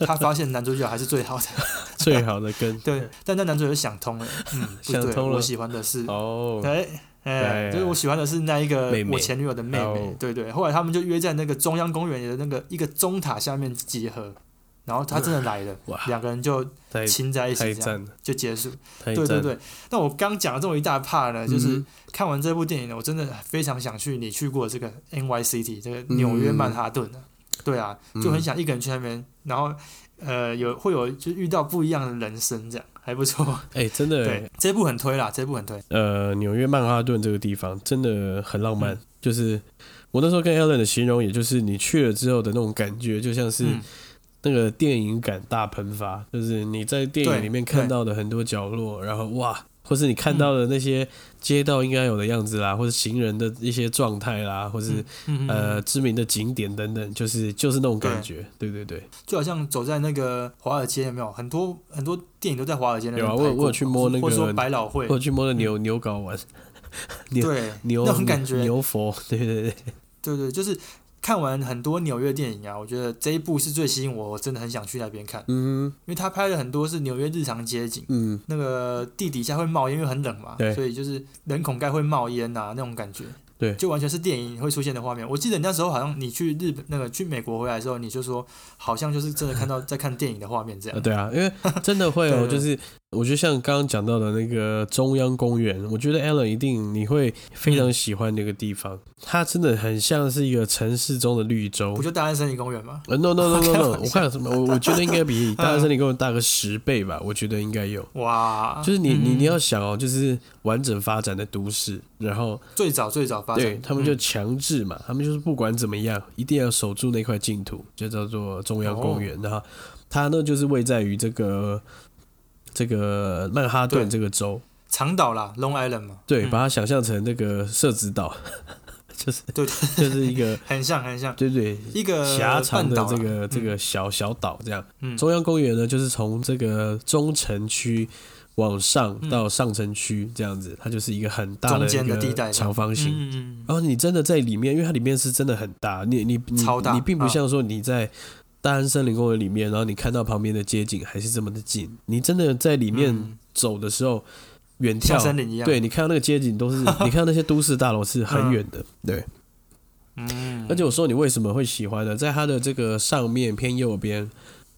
A: 她发现男主角还是最好的，
B: 最好的根
A: 对。但那男主角就想通了，嗯，不
B: 想
A: 对，
B: 通了
A: 我喜欢的是，
B: 哦，
A: 哎哎，
B: 哎
A: 就是我喜欢的是那一个
B: 妹妹
A: 我前女友的妹妹
B: 哦，
A: 对对。后来他们就约在那个中央公园的那个一个钟塔下面集合，然后他真的来了，
B: 哇，
A: 两个人就
B: 太
A: 亲在一
B: 太
A: 起，这样
B: 赞了，
A: 就结束。
B: 太
A: 对
B: 赞
A: 对
B: 了，
A: 对。那我刚讲了这么一大 part 呢，就是。
B: 哎嗯
A: 看完这部电影呢，我真的非常想去你去过这个 N Y C T 这个
B: 嗯
A: 纽约曼哈顿的，对啊，就很想一个人去那边，然后呃有会有就遇到不一样的人生，这样还不错。
B: 哎，真的哎
A: 对，这部很推啦，这部很推。
B: 呃，纽约曼哈顿这个地方真的很浪
A: 嗯
B: 漫，就是我那时候跟 Alan 的形容，也就是你去了之后的那种感觉，就像是
A: 嗯
B: 那个电影感大喷发，就是你在电影里面看到的很多角落，然后哇，或是你看到的那些街道应该有的样子啦，或是行人的一些状态啦，或是、
A: 嗯，嗯嗯
B: 呃知名的景点等等，就是就是那种感觉，对对对，
A: 就好像走在那个华尔街，有没有很多很多电影都在华尔街那边
B: 有啊
A: 拍
B: 我有
A: 过
B: 我有去摸那个
A: 或者说百老汇
B: 我，去摸了牛、牛睾丸，牛
A: 对，
B: 牛
A: 嗯那种感觉
B: 牛佛，对对对，
A: 对对，就是看完很多纽约电影啊，我觉得这一部是最吸引我，我真的很想去那边看，
B: 嗯
A: 因为他拍了很多是纽约日常街景。
B: 嗯，
A: 那个地底下会冒烟，因为很冷嘛，
B: 对
A: 所以就是人孔盖会冒烟呐、那种感觉，
B: 对
A: 就完全是电影会出现的画面。我记得你那时候好像你去日本那个去美国回来的时候，你就说好像就是真的看到 在看电影的画面这
B: 啊，
A: 样。
B: 对啊，因为真的会哦，
A: 对对
B: 就是我觉得像刚刚讲到的那个中央公园，我觉得 Alan 一定你会非
A: 嗯
B: 常喜欢那个地方，它真的很像是一个城市中的绿洲
A: 不。就大安森林公园吗？
B: 呃，no no no no
A: 开
B: no，
A: 玩
B: 我看了什么？我我觉得应该比大安森林公园大个十倍吧，我觉得应该有。
A: 哇，
B: 就是你你
A: 嗯
B: 你要想哦，就是完整发展的都市，然后
A: 最早最早发展，
B: 对他们就
A: 嗯
B: 强制嘛，他们就是不管怎么样，一定要守住那块净土，就叫做中央公
A: 哦
B: 园。然后它呢，就是位在于这个这个曼哈顿
A: 对
B: 这个州，
A: 长岛啦，Long Island 嘛，
B: 对，
A: 嗯
B: 把它想象成那个社子岛， 就是
A: 对
B: 就是一个
A: 很像很像
B: 对 对
A: 一个
B: 狭长的
A: 半岛
B: 这
A: 啦
B: 个这
A: 嗯
B: 个小小岛这样。
A: 嗯
B: 中央公园呢，就是从这个中城区往上到上城区这样子，它就是一个很大
A: 中
B: 一
A: 间的地带
B: 个
A: 这样
B: 长方形。
A: 嗯嗯嗯
B: 然后你真的在里面，因为它里面是真的很大，你你你
A: 超大
B: 你并不
A: 啊
B: 像说你在大安森林公园里面，然后你看到旁边的街景还是这么的近，你真的在里面
A: 嗯
B: 走的时候，远眺
A: 像森林一样，
B: 对，你看到那个街 景都是，你看到那些都市大楼是很远的，对。
A: 嗯，
B: 而且我说你为什么会喜欢呢？在它的这个上面偏右边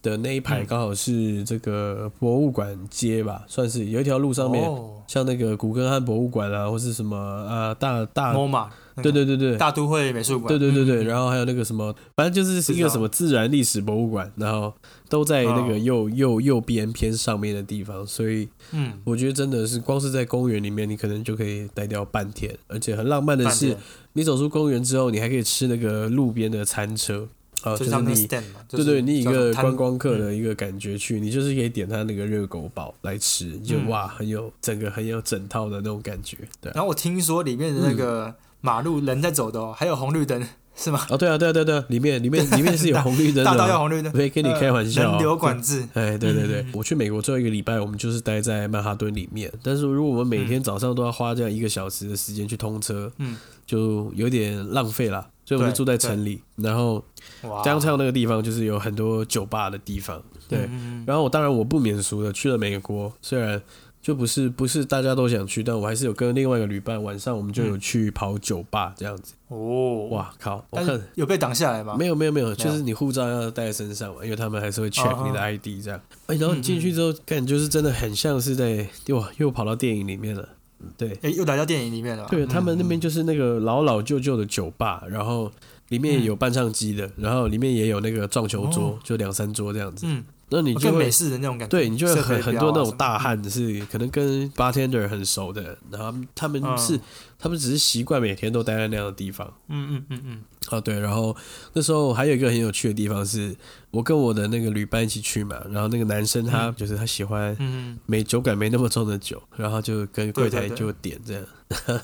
B: 的那一排，
A: 嗯
B: 刚好是这个博物馆街吧，算是有一条路上面，
A: 哦
B: 像那个古根汉博物馆啊，或是什么呃大大，
A: ，MoMA，那个
B: 对对对对。
A: 大都会美术馆，
B: 对对对对，
A: 嗯
B: 然后还有那个什么，反正就是是一个
A: 不知道
B: 什么自然历史博物馆，然后都在那个
A: 哦
B: 右右右边偏上面的地方，所以
A: 嗯，
B: 我觉得真的是，光是在公园里面，你可能就可以待掉半天，而且很浪漫的
A: 半
B: 是
A: 点，
B: 你走出公园之后，你还可以吃那个路边的餐车，啊，
A: 就是是他们的
B: 你，
A: stand 嘛，就
B: 对
A: 是
B: 对，你一
A: 叫
B: 个
A: 做摊嗯
B: 观光客的一个感觉去，你就是可以点他那个热狗堡来吃，就
A: 嗯
B: 哇，很有整个很有整套的那种感觉，对啊。
A: 然后我听说里面的那
B: 嗯
A: 个马路人在走的哦，还有红绿灯是吗？
B: 哦，对啊，对啊，对啊对啊，里面里面里面是有红绿 灯的
A: 大
B: 哦，
A: 道要红 绿灯，
B: 没跟你开玩笑哦，
A: 人呃流管制，
B: 哎，对对对
A: 嗯，
B: 我去美国最后一个礼拜，我们就是待在曼哈顿里面。但是如果我们每天早上都要花这样一个小时的时间去通车，
A: 嗯，
B: 就有点浪费啦。所以我们就
A: 对
B: 住在城里，然后
A: 哇，
B: downtown 那个地方就是有很多酒吧的地方。对，
A: 嗯，嗯嗯
B: 然后我当然我不免俗的去了美国，虽然就不是不是大家都想去，但我还是有跟另外一个旅伴，晚上我
A: 嗯
B: 们就有去跑酒吧这样子。
A: 哦，，
B: 哇靠！我
A: 但
B: 看
A: 是有被挡下来吗？
B: 没有没有啊没有，就
A: 没
B: 是
A: 有
B: 你护照要带在身上嘛，因为他们还是会
A: 哦
B: check
A: 哦
B: 你的 ID 这样。哎、然后你进去之后，感就是真的很像是在哇，又跑到电影里面了。对
A: 哎，又来到电影里面了吧，
B: 对，他们
A: 嗯
B: 那边就是那个老老旧旧的酒吧，然后里面也有伴唱机的，然后里面也有那个撞球桌，
A: 哦
B: 就两三桌这样子。
A: 嗯，
B: 那你
A: 哦
B: 就
A: 更
B: 会
A: 美式的那种感觉，
B: 对你就会
A: 设备
B: 很很
A: 标啊
B: 多那
A: 什
B: 种
A: 么
B: 大汉是可能跟 bartender 很熟的，然后他们
A: 嗯
B: 是他们只是习惯每天都待在那样的地方。
A: 嗯嗯嗯嗯，
B: 哦，对，然后那时候还有一个很有趣的地方是，我跟我的那个旅伴一起去嘛，然后那个男生他就是他喜欢
A: 嗯，
B: 没酒感没那么重的酒，然后就跟柜台
A: 对对对
B: 就点这样，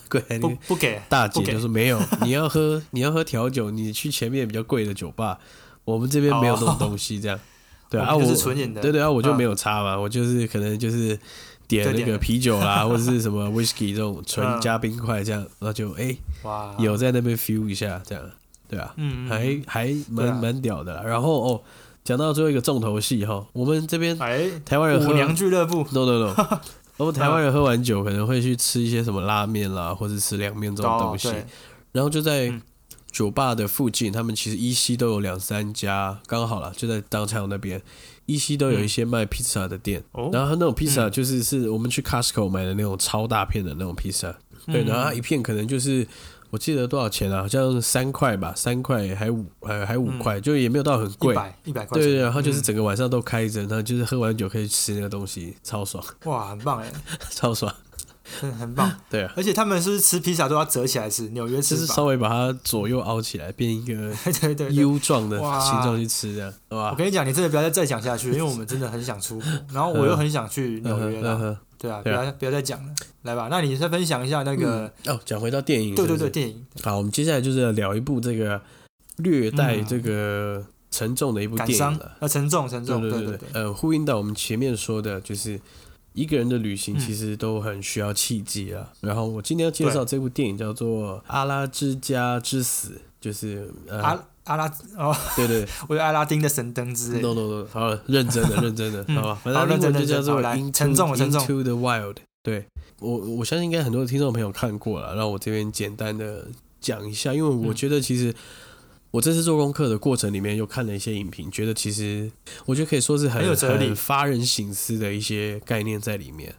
B: 柜台那
A: 不
B: 个
A: 不给，
B: 大
A: 不
B: 姐
A: 给
B: 就说 没有，你要喝你要喝调酒，你去前面比较贵的酒吧，我们这边没有那种东西这样，对啊，
A: 我
B: 我
A: 们哦就是纯饮的
B: 对对啊，我就
A: 嗯
B: 没有差嘛，我就是可能就是点
A: 就
B: 那
A: 点
B: 个
A: 了
B: 啤酒啦，或者是 什么 whisky 这种纯
A: 嗯
B: 加冰块这样，那就哎
A: 哇，
B: 有在那边 feel 一下这样，对啊，
A: 嗯，嗯，
B: 还
A: 嗯
B: 还
A: 对
B: 蛮
A: 啊
B: 蛮屌的啦。然后哦，讲到最后一个重头戏哈，我们这边
A: 哎，
B: 台湾人喝
A: 舞娘
B: ，no
A: 俱乐部
B: no no，我们台湾人喝完酒可能会去吃一些什么拉 面啦，或者吃凉面这种
A: 哦
B: 东，西。
A: 对，
B: 然后就在
A: 嗯
B: 酒吧的附近，他们其实依稀都有两三家，刚好啦，就在 downtown 那边，依稀都有一些卖披萨的店。
A: 哦
B: 然后它那种披萨就是是我们去 Costco 买的那种超大片的那种披萨，
A: 嗯
B: 对，然后它一片可能就是我记得多少钱啊？好像三块吧，三块还五呃还五块，就也没有到很
A: 嗯一
B: 贵。
A: 百一百块
B: 对
A: 钱，嗯
B: 对，然后就是整个晚上都开着，然后就是喝完酒可以吃那个东西，超爽，
A: 哇，很棒哎，
B: 超爽。
A: 真的很 棒，
B: 对啊，
A: 而且他们是不是吃披萨都要折起来吃，纽约
B: 就
A: 吃
B: 是
A: 法
B: 稍，微把它左右凹起来，变一个
A: 对 对对，
B: U 状的
A: 哇
B: 形状去吃，这样，好
A: 我
B: 吧？
A: 跟你讲，你真的不要再再讲下 去，因为我们真的很想出国，然后我又很想去纽约
B: 嗯
A: 了。
B: 哼
A: 对啊，不
B: 对啊
A: 要不要再讲了，来吧。那你再分享一下那个，
B: 嗯哦，讲回到电影，
A: 对
B: 是
A: 对
B: 不
A: 对，
B: 是，
A: 电影
B: 好，我们接下来就是要聊一部这个略带
A: 嗯
B: 这个沉重的一部
A: 感
B: 电
A: 伤
B: 影了。
A: 啊，沉重沉
B: 对
A: 重，
B: 对
A: 对
B: 对
A: 对，，
B: 呃，呼应到我们前面说的，就是一个人的旅行
A: 嗯
B: 其实都很需要契机啊。然后我今天要介绍这部电影叫做《阿拉之家之死》，就是呃，
A: 阿阿拉哦，
B: 对对
A: 我有阿拉丁的神灯之类的，
B: ，no no no，好了，认真 的，认真的，
A: 嗯
B: 好吧，反
A: 好
B: 正
A: 认真
B: 英文就
A: 认真
B: 叫做
A: 好来
B: Into,
A: 沉重沉重
B: Into the Wild。对我，我相信应该很多听众朋友看过了，让我这边简单的讲一下，因为我
A: 嗯
B: 觉得其实我这次做功课的过程里面又看了一些影评，觉得其实我觉得可以说是很
A: 很有哲理
B: 很发人省思的一些概念在里面。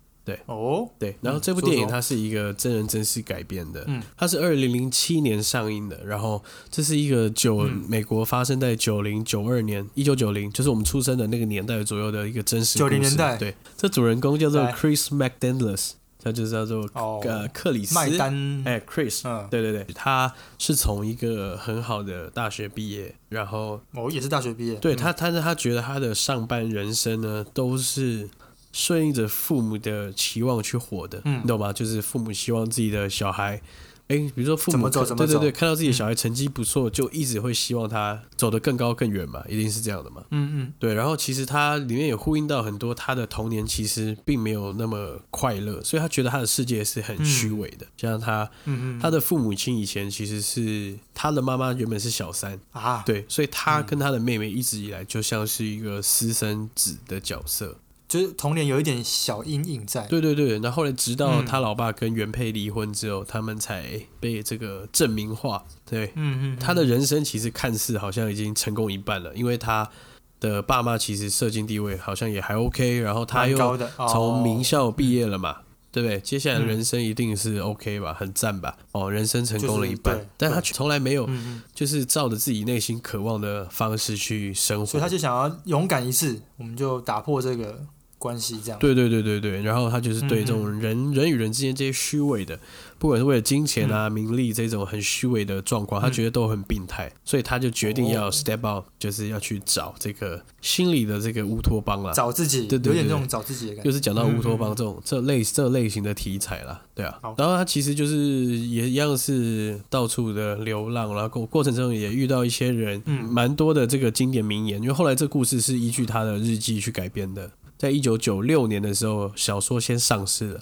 A: 哦，
B: 对，然后这部
A: 说
B: 电影
A: 说
B: 它是一个真人真事改编的，
A: 嗯
B: 它是二零零七年上映的，然后这是一个九、
A: 嗯
B: 美国发生在九零九二年一九九零，就是我们出生的那个年代左右的一个真实
A: 90
B: 故事
A: 年代
B: 对，这主人公叫做
A: 来
B: Chris McDaniel，他就叫做、
A: 哦
B: 呃克里斯
A: 麦丹，
B: 哎 Chris，、
A: 嗯，
B: 对对对，他是从一个很好的大学毕业，然后
A: 哦我也是大学毕业，嗯
B: 对他，但是他觉得他的上半人生呢，都是顺应着父母的期望去活的，
A: 嗯
B: 你懂吗？就是父母希望自己的小孩，哎，比如说父
A: 怎
B: 母
A: 么走
B: 看
A: 怎么
B: 对对
A: 走嗯
B: 对，看到自己的小孩成绩不错，就一直会希望他走得更高更远嘛，一定是这样的嘛。
A: 嗯
B: 对，然后其实他里面也呼应到很多他的童年其实并没有那么快乐，所以他觉得他的世界是很虚伪的。像他
A: 嗯嗯嗯，
B: 他的父母亲以前其实是他的妈妈原本是小三，
A: 啊，
B: 对，所以他跟他的妹妹一直以来就像是一个私生子的角色。
A: 就是童年有一点小阴影在。
B: 对对对，然后后来直到
A: 嗯
B: 他老爸跟原配离婚之后，他们才被这个证明化。对，
A: 嗯嗯，嗯
B: 他的人生其实看似好像已经成功一半了，因为他的爸妈其实社经地位好像也还 OK，然后他
A: 蛮
B: 又
A: 高的哦
B: 从名
A: 明
B: 校毕业了嘛，对不对？接下来的
A: 嗯
B: 人生一定是 OK 吧，很赞吧？哦，人生成
A: 就是
B: 功了一半，
A: 对
B: 但他
A: 对
B: 从来没有
A: 嗯嗯，
B: 就是照着自己内心渴望的方式去生
A: 所以
B: 活
A: 他。就想要勇敢一次，我们就打破这个关系，这样。嗯
B: 对对对对对，然后他就是对这种人、人与人之间这些虚伪的，不管是为了金钱啊、名利这种很虚伪的状况，他
A: 嗯
B: 觉得都很病态，所以他就决定要
A: 哦
B: step out，、就是要去找这个心理的这个乌托邦啦。
A: 找自己，
B: 对对对
A: 有点这种找自己的感
B: 又
A: 觉。
B: 是讲到乌托邦
A: 嗯
B: 这种这类这类型的题材啦，对啊
A: 好。
B: 然后他其实就是也一样是到处的流浪，然后过过程中也遇到一些人，
A: 嗯
B: 蛮多的这个经典名言，因为后来这故事是依据他的日记去改编的，在一九九六年的时候，小说先上市了。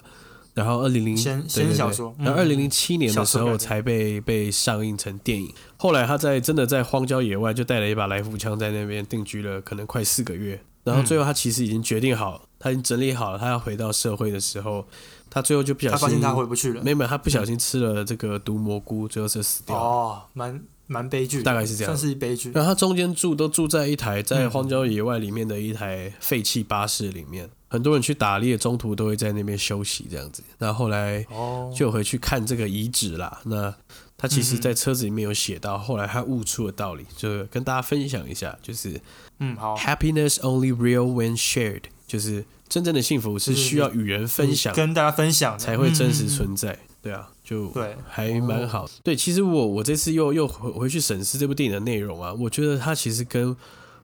B: 然后二零零
A: 先先小说
B: 然后二
A: 嗯
B: 零零七年的时
A: 小说改
B: 候
A: 编
B: 才被被上映成电影。后来他在真的在荒郊野外就带了一把来福枪在那边定居了，可能快四个月。然后最后他其实已经决定好，他已经整理好了，他要回到社会的时候，他最后就不小
A: 他
B: 心，
A: 发现他回不去了。
B: 没有没有，他不小心吃了这个毒蘑菇，最后是死掉了。
A: 哦，蛮蛮悲剧的，
B: 大概是这样啊
A: 算是悲剧。
B: 然后他中间住都住在一台在荒郊野外里面的一台废弃巴士里面，很多人去打猎，中途都会在那边休息这样子。那后来
A: 哦，
B: 就回去看这个遗址啦。那他其
A: 嗯
B: 实，在车子里面有写到，后来他悟出的道理，就是跟大家分享一下，就是
A: 嗯，好，
B: happiness only real when shared，就是真正的幸福是需要与人分享
A: 跟大家分享
B: 才会真
A: 嗯
B: 实。
A: 嗯嗯
B: 存在。对啊，就
A: 对，
B: 还蛮好。对，其实我我这次又又回回去审视这部电影的内容啊，我觉得它其实跟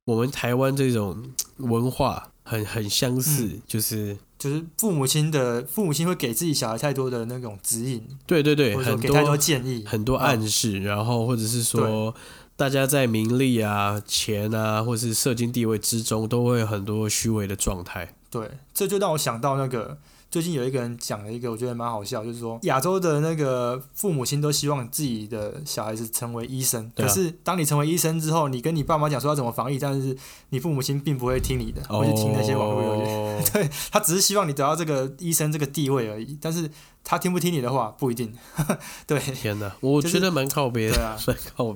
B: 我们台湾这种嗯文化很很相似，
A: 嗯
B: 就是
A: 就是父母亲的父母亲会给自己小孩太多的那种指引，
B: 对对对，
A: 或者
B: 很
A: 说给太多
B: 多
A: 建议。
B: 很多暗示，然后或者是说。大家在名利啊、钱啊，或是社经地位之中，都会有很多虚伪的状态。
A: 对，这就让我想到那个最近有一个人讲了一个，我觉得蛮好笑，就是说亚洲的那个父母亲都希望自己的小孩子成为医生，
B: 对啊
A: 可是当你成为医生之后，你跟你爸妈讲说要怎么防疫，但是你父母亲并不会听你的，
B: 哦，
A: 会去听那些网络留言。 对他只是希望你得到这个医生这个地位而已，但是他听不听你的话不一 定。对，
B: 天哪，我
A: 就是
B: 觉得蛮靠背
A: 对
B: 的，
A: 啊，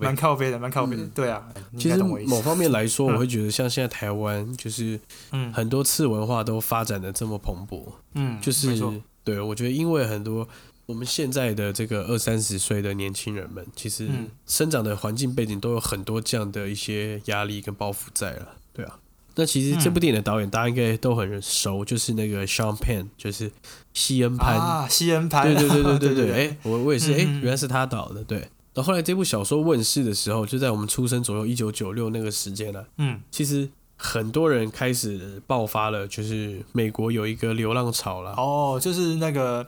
B: 蛮靠背
A: 蛮。靠背的，
B: 的
A: 蛮靠背的。对啊，你
B: 嗯其
A: 应该
B: 实
A: 懂我意思
B: 某方面来说，
A: 嗯
B: 我会觉得像现在台湾就是
A: 嗯
B: 很多次文化都发展的这么蓬勃，
A: 嗯，
B: 就是
A: 没错
B: 对我觉得，因为很多我们现在的这个二三十岁的年轻人们，其实
A: 嗯
B: 生长的环境背景都有很多这样的一些压力跟包袱在了，对啊。那其
A: 嗯
B: 实这部电影的导演大家应该都很熟，就是那个 Sean Penn，就是西恩潘，
A: 啊，西恩潘，
B: 对对对对
A: 对
B: 对对，哎、我我也是，哎、
A: 嗯嗯嗯
B: 原来是他导的，对。然后后来这部小说问世的时候，就在我们出生左右，一九九六那个时间呢、啊
A: 嗯
B: 其实很多人开始爆发了，就是美国有一个流浪潮啦，
A: 哦，就是那个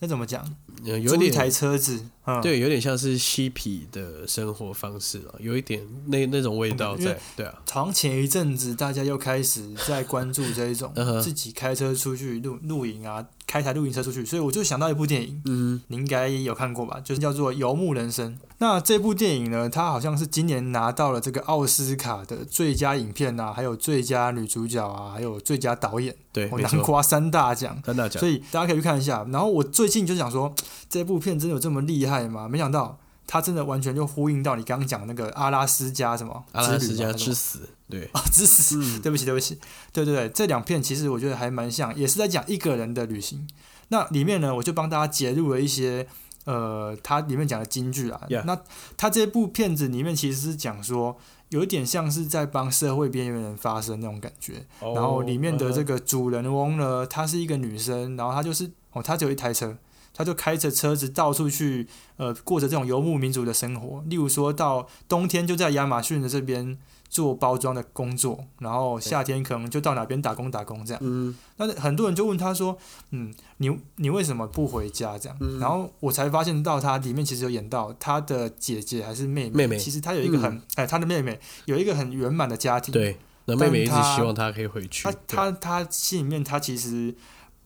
A: 那怎么讲，
B: 呃有
A: 租一
B: 点
A: 台车子，嗯，
B: 对，有点像是嬉皮的生活方式啊，有一点那那种味道
A: 嗯因
B: 在
A: 为，
B: 对啊，
A: 好像前一阵子大家又开始在关注这一种
B: 嗯哼
A: 自己开车出去露露营啊，开台露营车出去，所以我就想到一部电影，
B: 嗯，
A: 你应该有看过吧？就是叫做《游牧人生》。那这部电影呢，它好像是今年拿到了这个奥斯卡的最佳影片啊，还有最佳女主角啊，还有最佳导演，
B: 对，
A: 我
B: 没
A: 囊
B: 错，
A: 括三大奖。
B: 跟大家
A: 所以大家可以去看一下。然后我最近就想说，这部片真的有这么厉害吗？没想到它真的完全就呼应到你刚刚讲那个阿拉斯加什么
B: 阿拉
A: 之旅
B: 斯
A: 吧还
B: 加
A: 是啊
B: 之
A: 什么
B: 死， 对，
A: 啊之死。
B: 嗯，
A: 对不起，对不起，对对对，这两片其实我觉得还蛮像，也是在讲一个人的旅行。那里面呢，我就帮大家截录了一些，呃，它里面讲的金句啊。
B: Yeah
A: 那它这部片子里面其实是讲说，有一点像是在帮社会边缘人发声那种感觉。
B: 哦
A: 然后里面的这
B: 个
A: 哦个主人翁呢，她是一个女生，然后她就是哦，她只有一台车，他就开着车子到处去，呃，过着这种游牧民族的生活。例如说到冬天就在亚马逊的这边做包装的工作，然后夏天可能就到哪边打工打工这样。
B: 嗯，
A: 那很多人就问他说：“嗯，你你为什么不回家？”这样，然后我才发现到他里面其实有演到他的姐姐还是妹
B: 妹妹
A: 其实他有一个很、哎，他的妹妹有一个很圆满的家庭。，
B: 对。那妹
A: 但
B: 妹一直
A: 她
B: 希望他可以回去
A: 他，
B: 对
A: 他他心里面他其实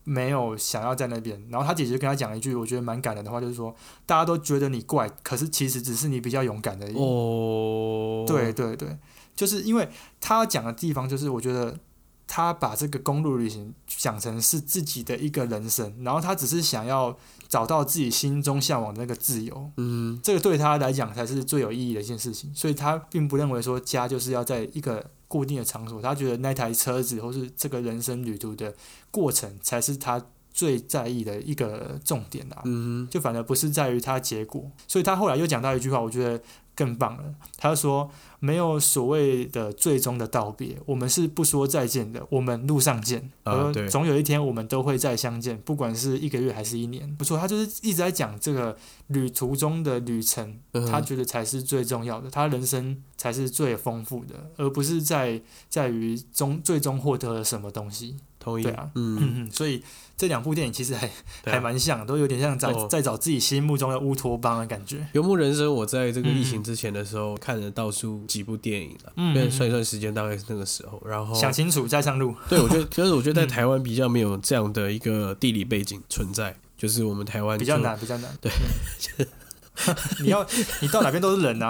A: 没有想要在那边，然后他姐姐就跟他讲一句我觉得蛮感人的话，就是说大家都觉得你怪，可是其实只是你比较勇敢而已。
B: 哦，
A: 对，对对，就是因为他讲的地方，就是我觉得他把这个公路旅行想成是自己的一个人生，然后他只是想要找到自己心中向往的那个自由，
B: 嗯，
A: 这个对他来讲才是最有意义的一件事情。所以他并不认为说家就是要在一个固定的场所，他觉得那台车子或是这个人生旅途的过程才是他最在意的一个重点啊。
B: 嗯
A: 就反而不是在于它结果。所以他后来又讲到一句话，我觉得更棒了。他说：“没有所谓的最终的道别，我们是不说再见的，我们路上见。
B: 啊
A: 而
B: 对
A: 总有一天我们都会再相见，不管是一个月还是一年。”不错，他就是一直在讲这个旅途中的旅程，
B: 嗯哼
A: 他觉得才是最重要的，他人生才是最丰富的，而不是在在于终最终获得了什么东西。
B: 同意，
A: 对啊
B: 嗯，
A: 嗯嗯，所以这两部电影其实还
B: 对啊
A: 还蛮像，都有点像在
B: 哦
A: 在找自己心目中的乌托邦的感觉。
B: 游牧人生，我在这个疫
A: 嗯
B: 情之前的时候、看了到处几部电影了，
A: 嗯
B: 因为算一算时间大概是那个时候。然后，
A: 想清楚再上路。
B: 对我 觉得，就是我觉得在
A: 嗯
B: 台湾比较没有这样的一个地理背景存在，就是我们台湾
A: 比较
B: 就，
A: 难，比较难。
B: 对
A: 嗯， 你要你到哪边都是人啊。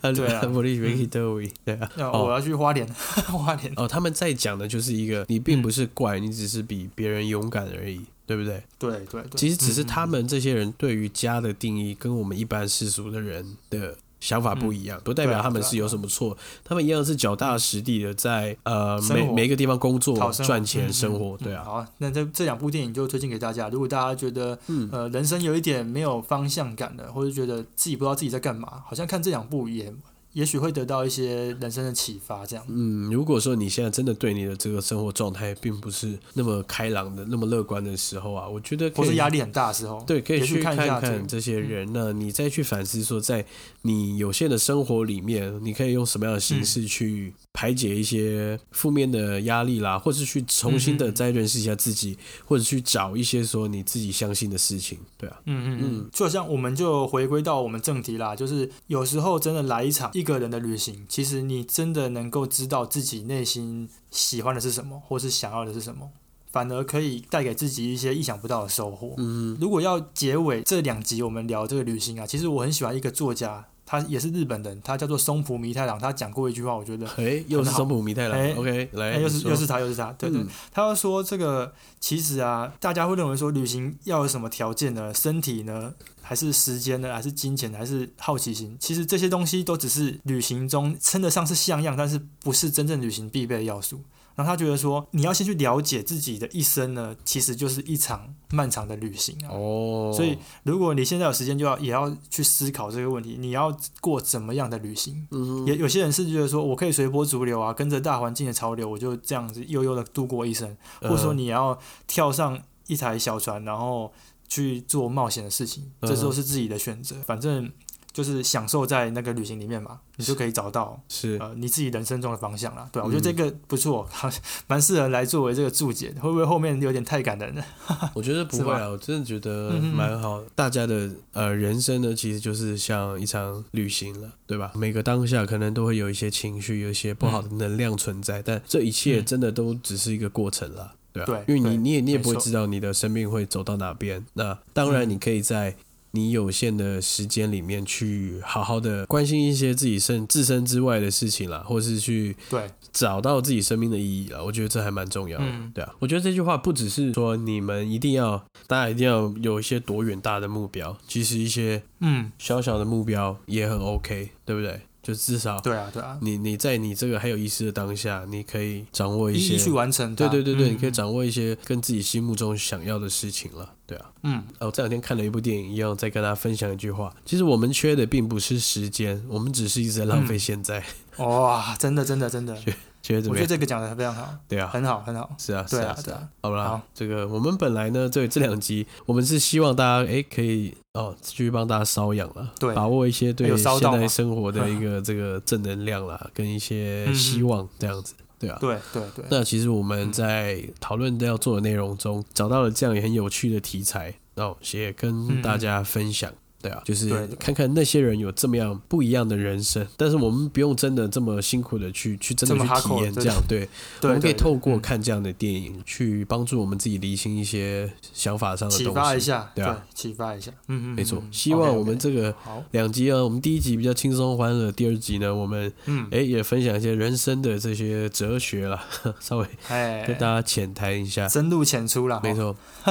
B: 呃，
A: 对 啊
B: 我的以为可以到位对啊，
A: 那
B: 哦
A: 我要去花莲， 花莲。
B: 哦，他们在讲的就是一个，你
A: 嗯
B: 并不是怪，你只是比别人勇敢而已，对不对？
A: 对对对，
B: 其实只是
A: 嗯
B: 他们这些人对于家的定义跟我们一般世俗的人的想法不一样，不代
A: 对
B: 表
A: 啊
B: 他们
A: 对啊
B: 是有什么错，他们一样是脚踏实地的在呃
A: 生
B: 每
A: 活
B: 每一个地方工作
A: 讨生活
B: 赚
A: 嗯
B: 钱
A: 嗯
B: 生活，
A: 嗯
B: 对啊，
A: 好，那这这两部电影就推荐给大家。如果大家觉得
B: 嗯
A: 呃人生有一点没有方向感的，或者觉得自己不知道自己在干嘛，好像看这两部也也许会得到一些人生的启发。这样，
B: 嗯，如果说你现在真的对你的这个生活状态并不是那么开朗的、那么乐观的时候啊，我觉得可
A: 或
B: 以
A: 是压力很大的时候，
B: 对，可以
A: 也许
B: 去
A: 看
B: 看
A: 一下这
B: 看
A: 个嗯
B: 这些人，那你再去反思说，在你有限的生活里面，你可以用什么样的
A: 嗯
B: 形式去排解一些负面的压力啦，或是去重新
A: 嗯嗯
B: 的
A: 嗯
B: 再认识一下自己，或者去找一些说你自己相信的事情，对啊，
A: 嗯嗯嗯
B: 嗯，
A: 就好像我们就回归到我们正题啦，就是有时候真的来一场一个人的旅行，其实你真的能够知道自己内心喜欢的是什么，或是想要的是什么，反而可以带给自己一些意想不到的收获。
B: 嗯，
A: 如果要结尾这两集我们聊这个旅行啊，其实我很喜欢一个作家，他也是日本人，他叫做松浦弥太郎，他讲过一句话，我觉得，
B: 哎，又是
A: 很好
B: 松浦弥太郎、
A: 哎
B: o k 来，
A: 哎，又
B: 你
A: 是
B: 说
A: 又是他，又是他，对对
B: 嗯
A: 他就说这个其实啊，大家会认为说旅行要有什么条件呢？身体呢，还是时间呢，还是金钱，还是好奇心？其实这些东西都只是旅行中称得上是像样，但是不是真正旅行必备的要素。然后他觉得说，你要先去了解自己的一生呢，其实就是一场漫长的旅行啊。
B: 哦，
A: 所以，如果你现在有时间，就要也要去思考这个问题，你要过怎么样的旅行？
B: 嗯
A: 也有些人是觉得说，我可以随波逐流啊，跟着大环境的潮流，我就这样子悠悠的度过一生，
B: 呃
A: 或者说你要跳上一台小船，然后去做冒险的事情，
B: 嗯
A: 这时候是自己的选择，反正就是享受在那个旅行里面嘛，你就可以找到
B: 是
A: 呃你自己人生中的方向啦。对、啊，我觉得
B: 嗯
A: 这个不错， 蛮适合来作为这个注解的，会不会后面有点太感人了？
B: 我觉得不
A: 是
B: 会
A: 吧
B: 啊，我真的觉得
A: 嗯嗯嗯
B: 蛮好的。大家的呃人生呢，其实就是像一场旅行了，对吧？每个当下可能都会有一些情绪，有一些不好的能量存
A: 嗯
B: 在，但这一切真的都只是一个过程啦。对吧？
A: 对
B: 因
A: 对
B: 为你你也你也不会
A: 没错
B: 知道你的生命会走到哪边。那当
A: 嗯
B: 然，你可以在你有限的时间里面去好好的关心一些自己身自身之外的事情啦，或是去
A: 对，
B: 找到自己生命的意义了，我觉得这还蛮重要的，
A: 嗯
B: 对啊，我觉得这句话不只是说你们一定要，大家一定要有一些多远大的目标，其实一些
A: 嗯，
B: 小小的目标也很 OK，对不对？就至少
A: 对啊，对啊，
B: 你你在你这个还有意识的当下，你可以掌握一
A: 一
B: 些
A: 一，去完成它。
B: 对对对对，
A: 嗯
B: 你可以，掌握一些跟自己心目中想要的事情了，对啊。
A: 嗯，
B: 哦，这两天看了一部电影，一样在跟大家分享一句话，其实我们缺的并不是时间，我们只是一直在浪费
A: 嗯
B: 现在。
A: 哇，真的真的真的，
B: 觉得怎
A: 我
B: 么
A: 觉得
B: 样？
A: 这个讲的非常好，
B: 对啊，
A: 很好，很好。
B: 是啊，是
A: 对
B: 啊
A: 啊，，
B: 是
A: 对
B: 啊。
A: 啊，
B: 好啦
A: 好，
B: 这个我们本来呢，这这两集我们是希望大家诶可以哦继续帮大家瘙痒了，
A: 对
B: 把握一些对
A: 有
B: 现
A: 烧到吗
B: 代生活 的一个这个正能量啦，跟一些希望这样子，对啊。
A: 对对嗯对，
B: 那其实我们在讨论要做的内容中，找到了这样也很有趣的题材，然后也跟大家分享。对啊，就是
A: 嗯对对
B: 看看那些人有这么样不一样的人生，但是我们不用真的这么辛苦的去去真的
A: 这
B: 去
A: 么
B: 体
A: hardcore，
B: 验这
A: 对
B: 样，对，我
A: 对
B: 们可以
A: 对
B: 透过
A: 嗯
B: 看这样的电影，去帮助我们自己理清一些想法上的
A: 启
B: 东
A: 发一
B: 西。
A: 下，
B: 对啊
A: 启发一下，嗯嗯，
B: 没错
A: 嗯，嗯
B: 希望
A: OK，OK
B: 我们这个
A: 好，
B: 两集啊，我们第一集比较轻松欢乐，第二集呢，我们
A: 嗯，
B: 哎也分享一些人生的这些哲学啦，稍微
A: 哎，
B: 跟大家浅谈一下。
A: 深入浅出啦，
B: 没
A: 哦，
B: 错，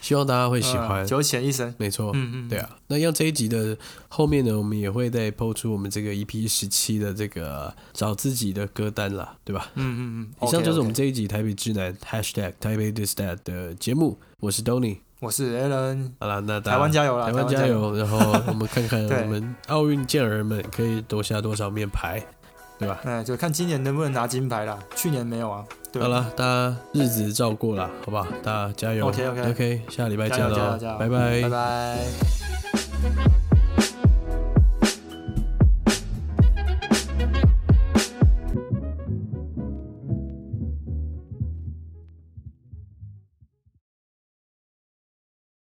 B: 希望大家会喜欢
A: 嗯。九浅一深，
B: 没错，
A: 嗯嗯，
B: 对啊。那像这一集的后面呢，我们也会再抛出我们这个 EP 十七的这个找自己的歌单啦，对吧？
A: 嗯，嗯嗯嗯，
B: 以上就是我们
A: OK，OK
B: 这一集台北之南 #hashtag 台北 this that 的节目，我是 Tony。
A: 我是 Alan，
B: 好了，那大家
A: 台湾加油啦，
B: 台湾加！油！然后我们 看看
A: 对
B: 我们奥运健儿们可以夺下多少面牌，对吧？
A: 哎，就看今年能不能拿金牌啦，去年没有啊。对
B: 好了，大家日子照过了，好不好？大家加油
A: OK，OK
B: OK，下礼拜
A: 加
B: 见
A: 油加油
B: 喽
A: 加油，
B: 拜拜
A: 拜拜。
C: Thank you.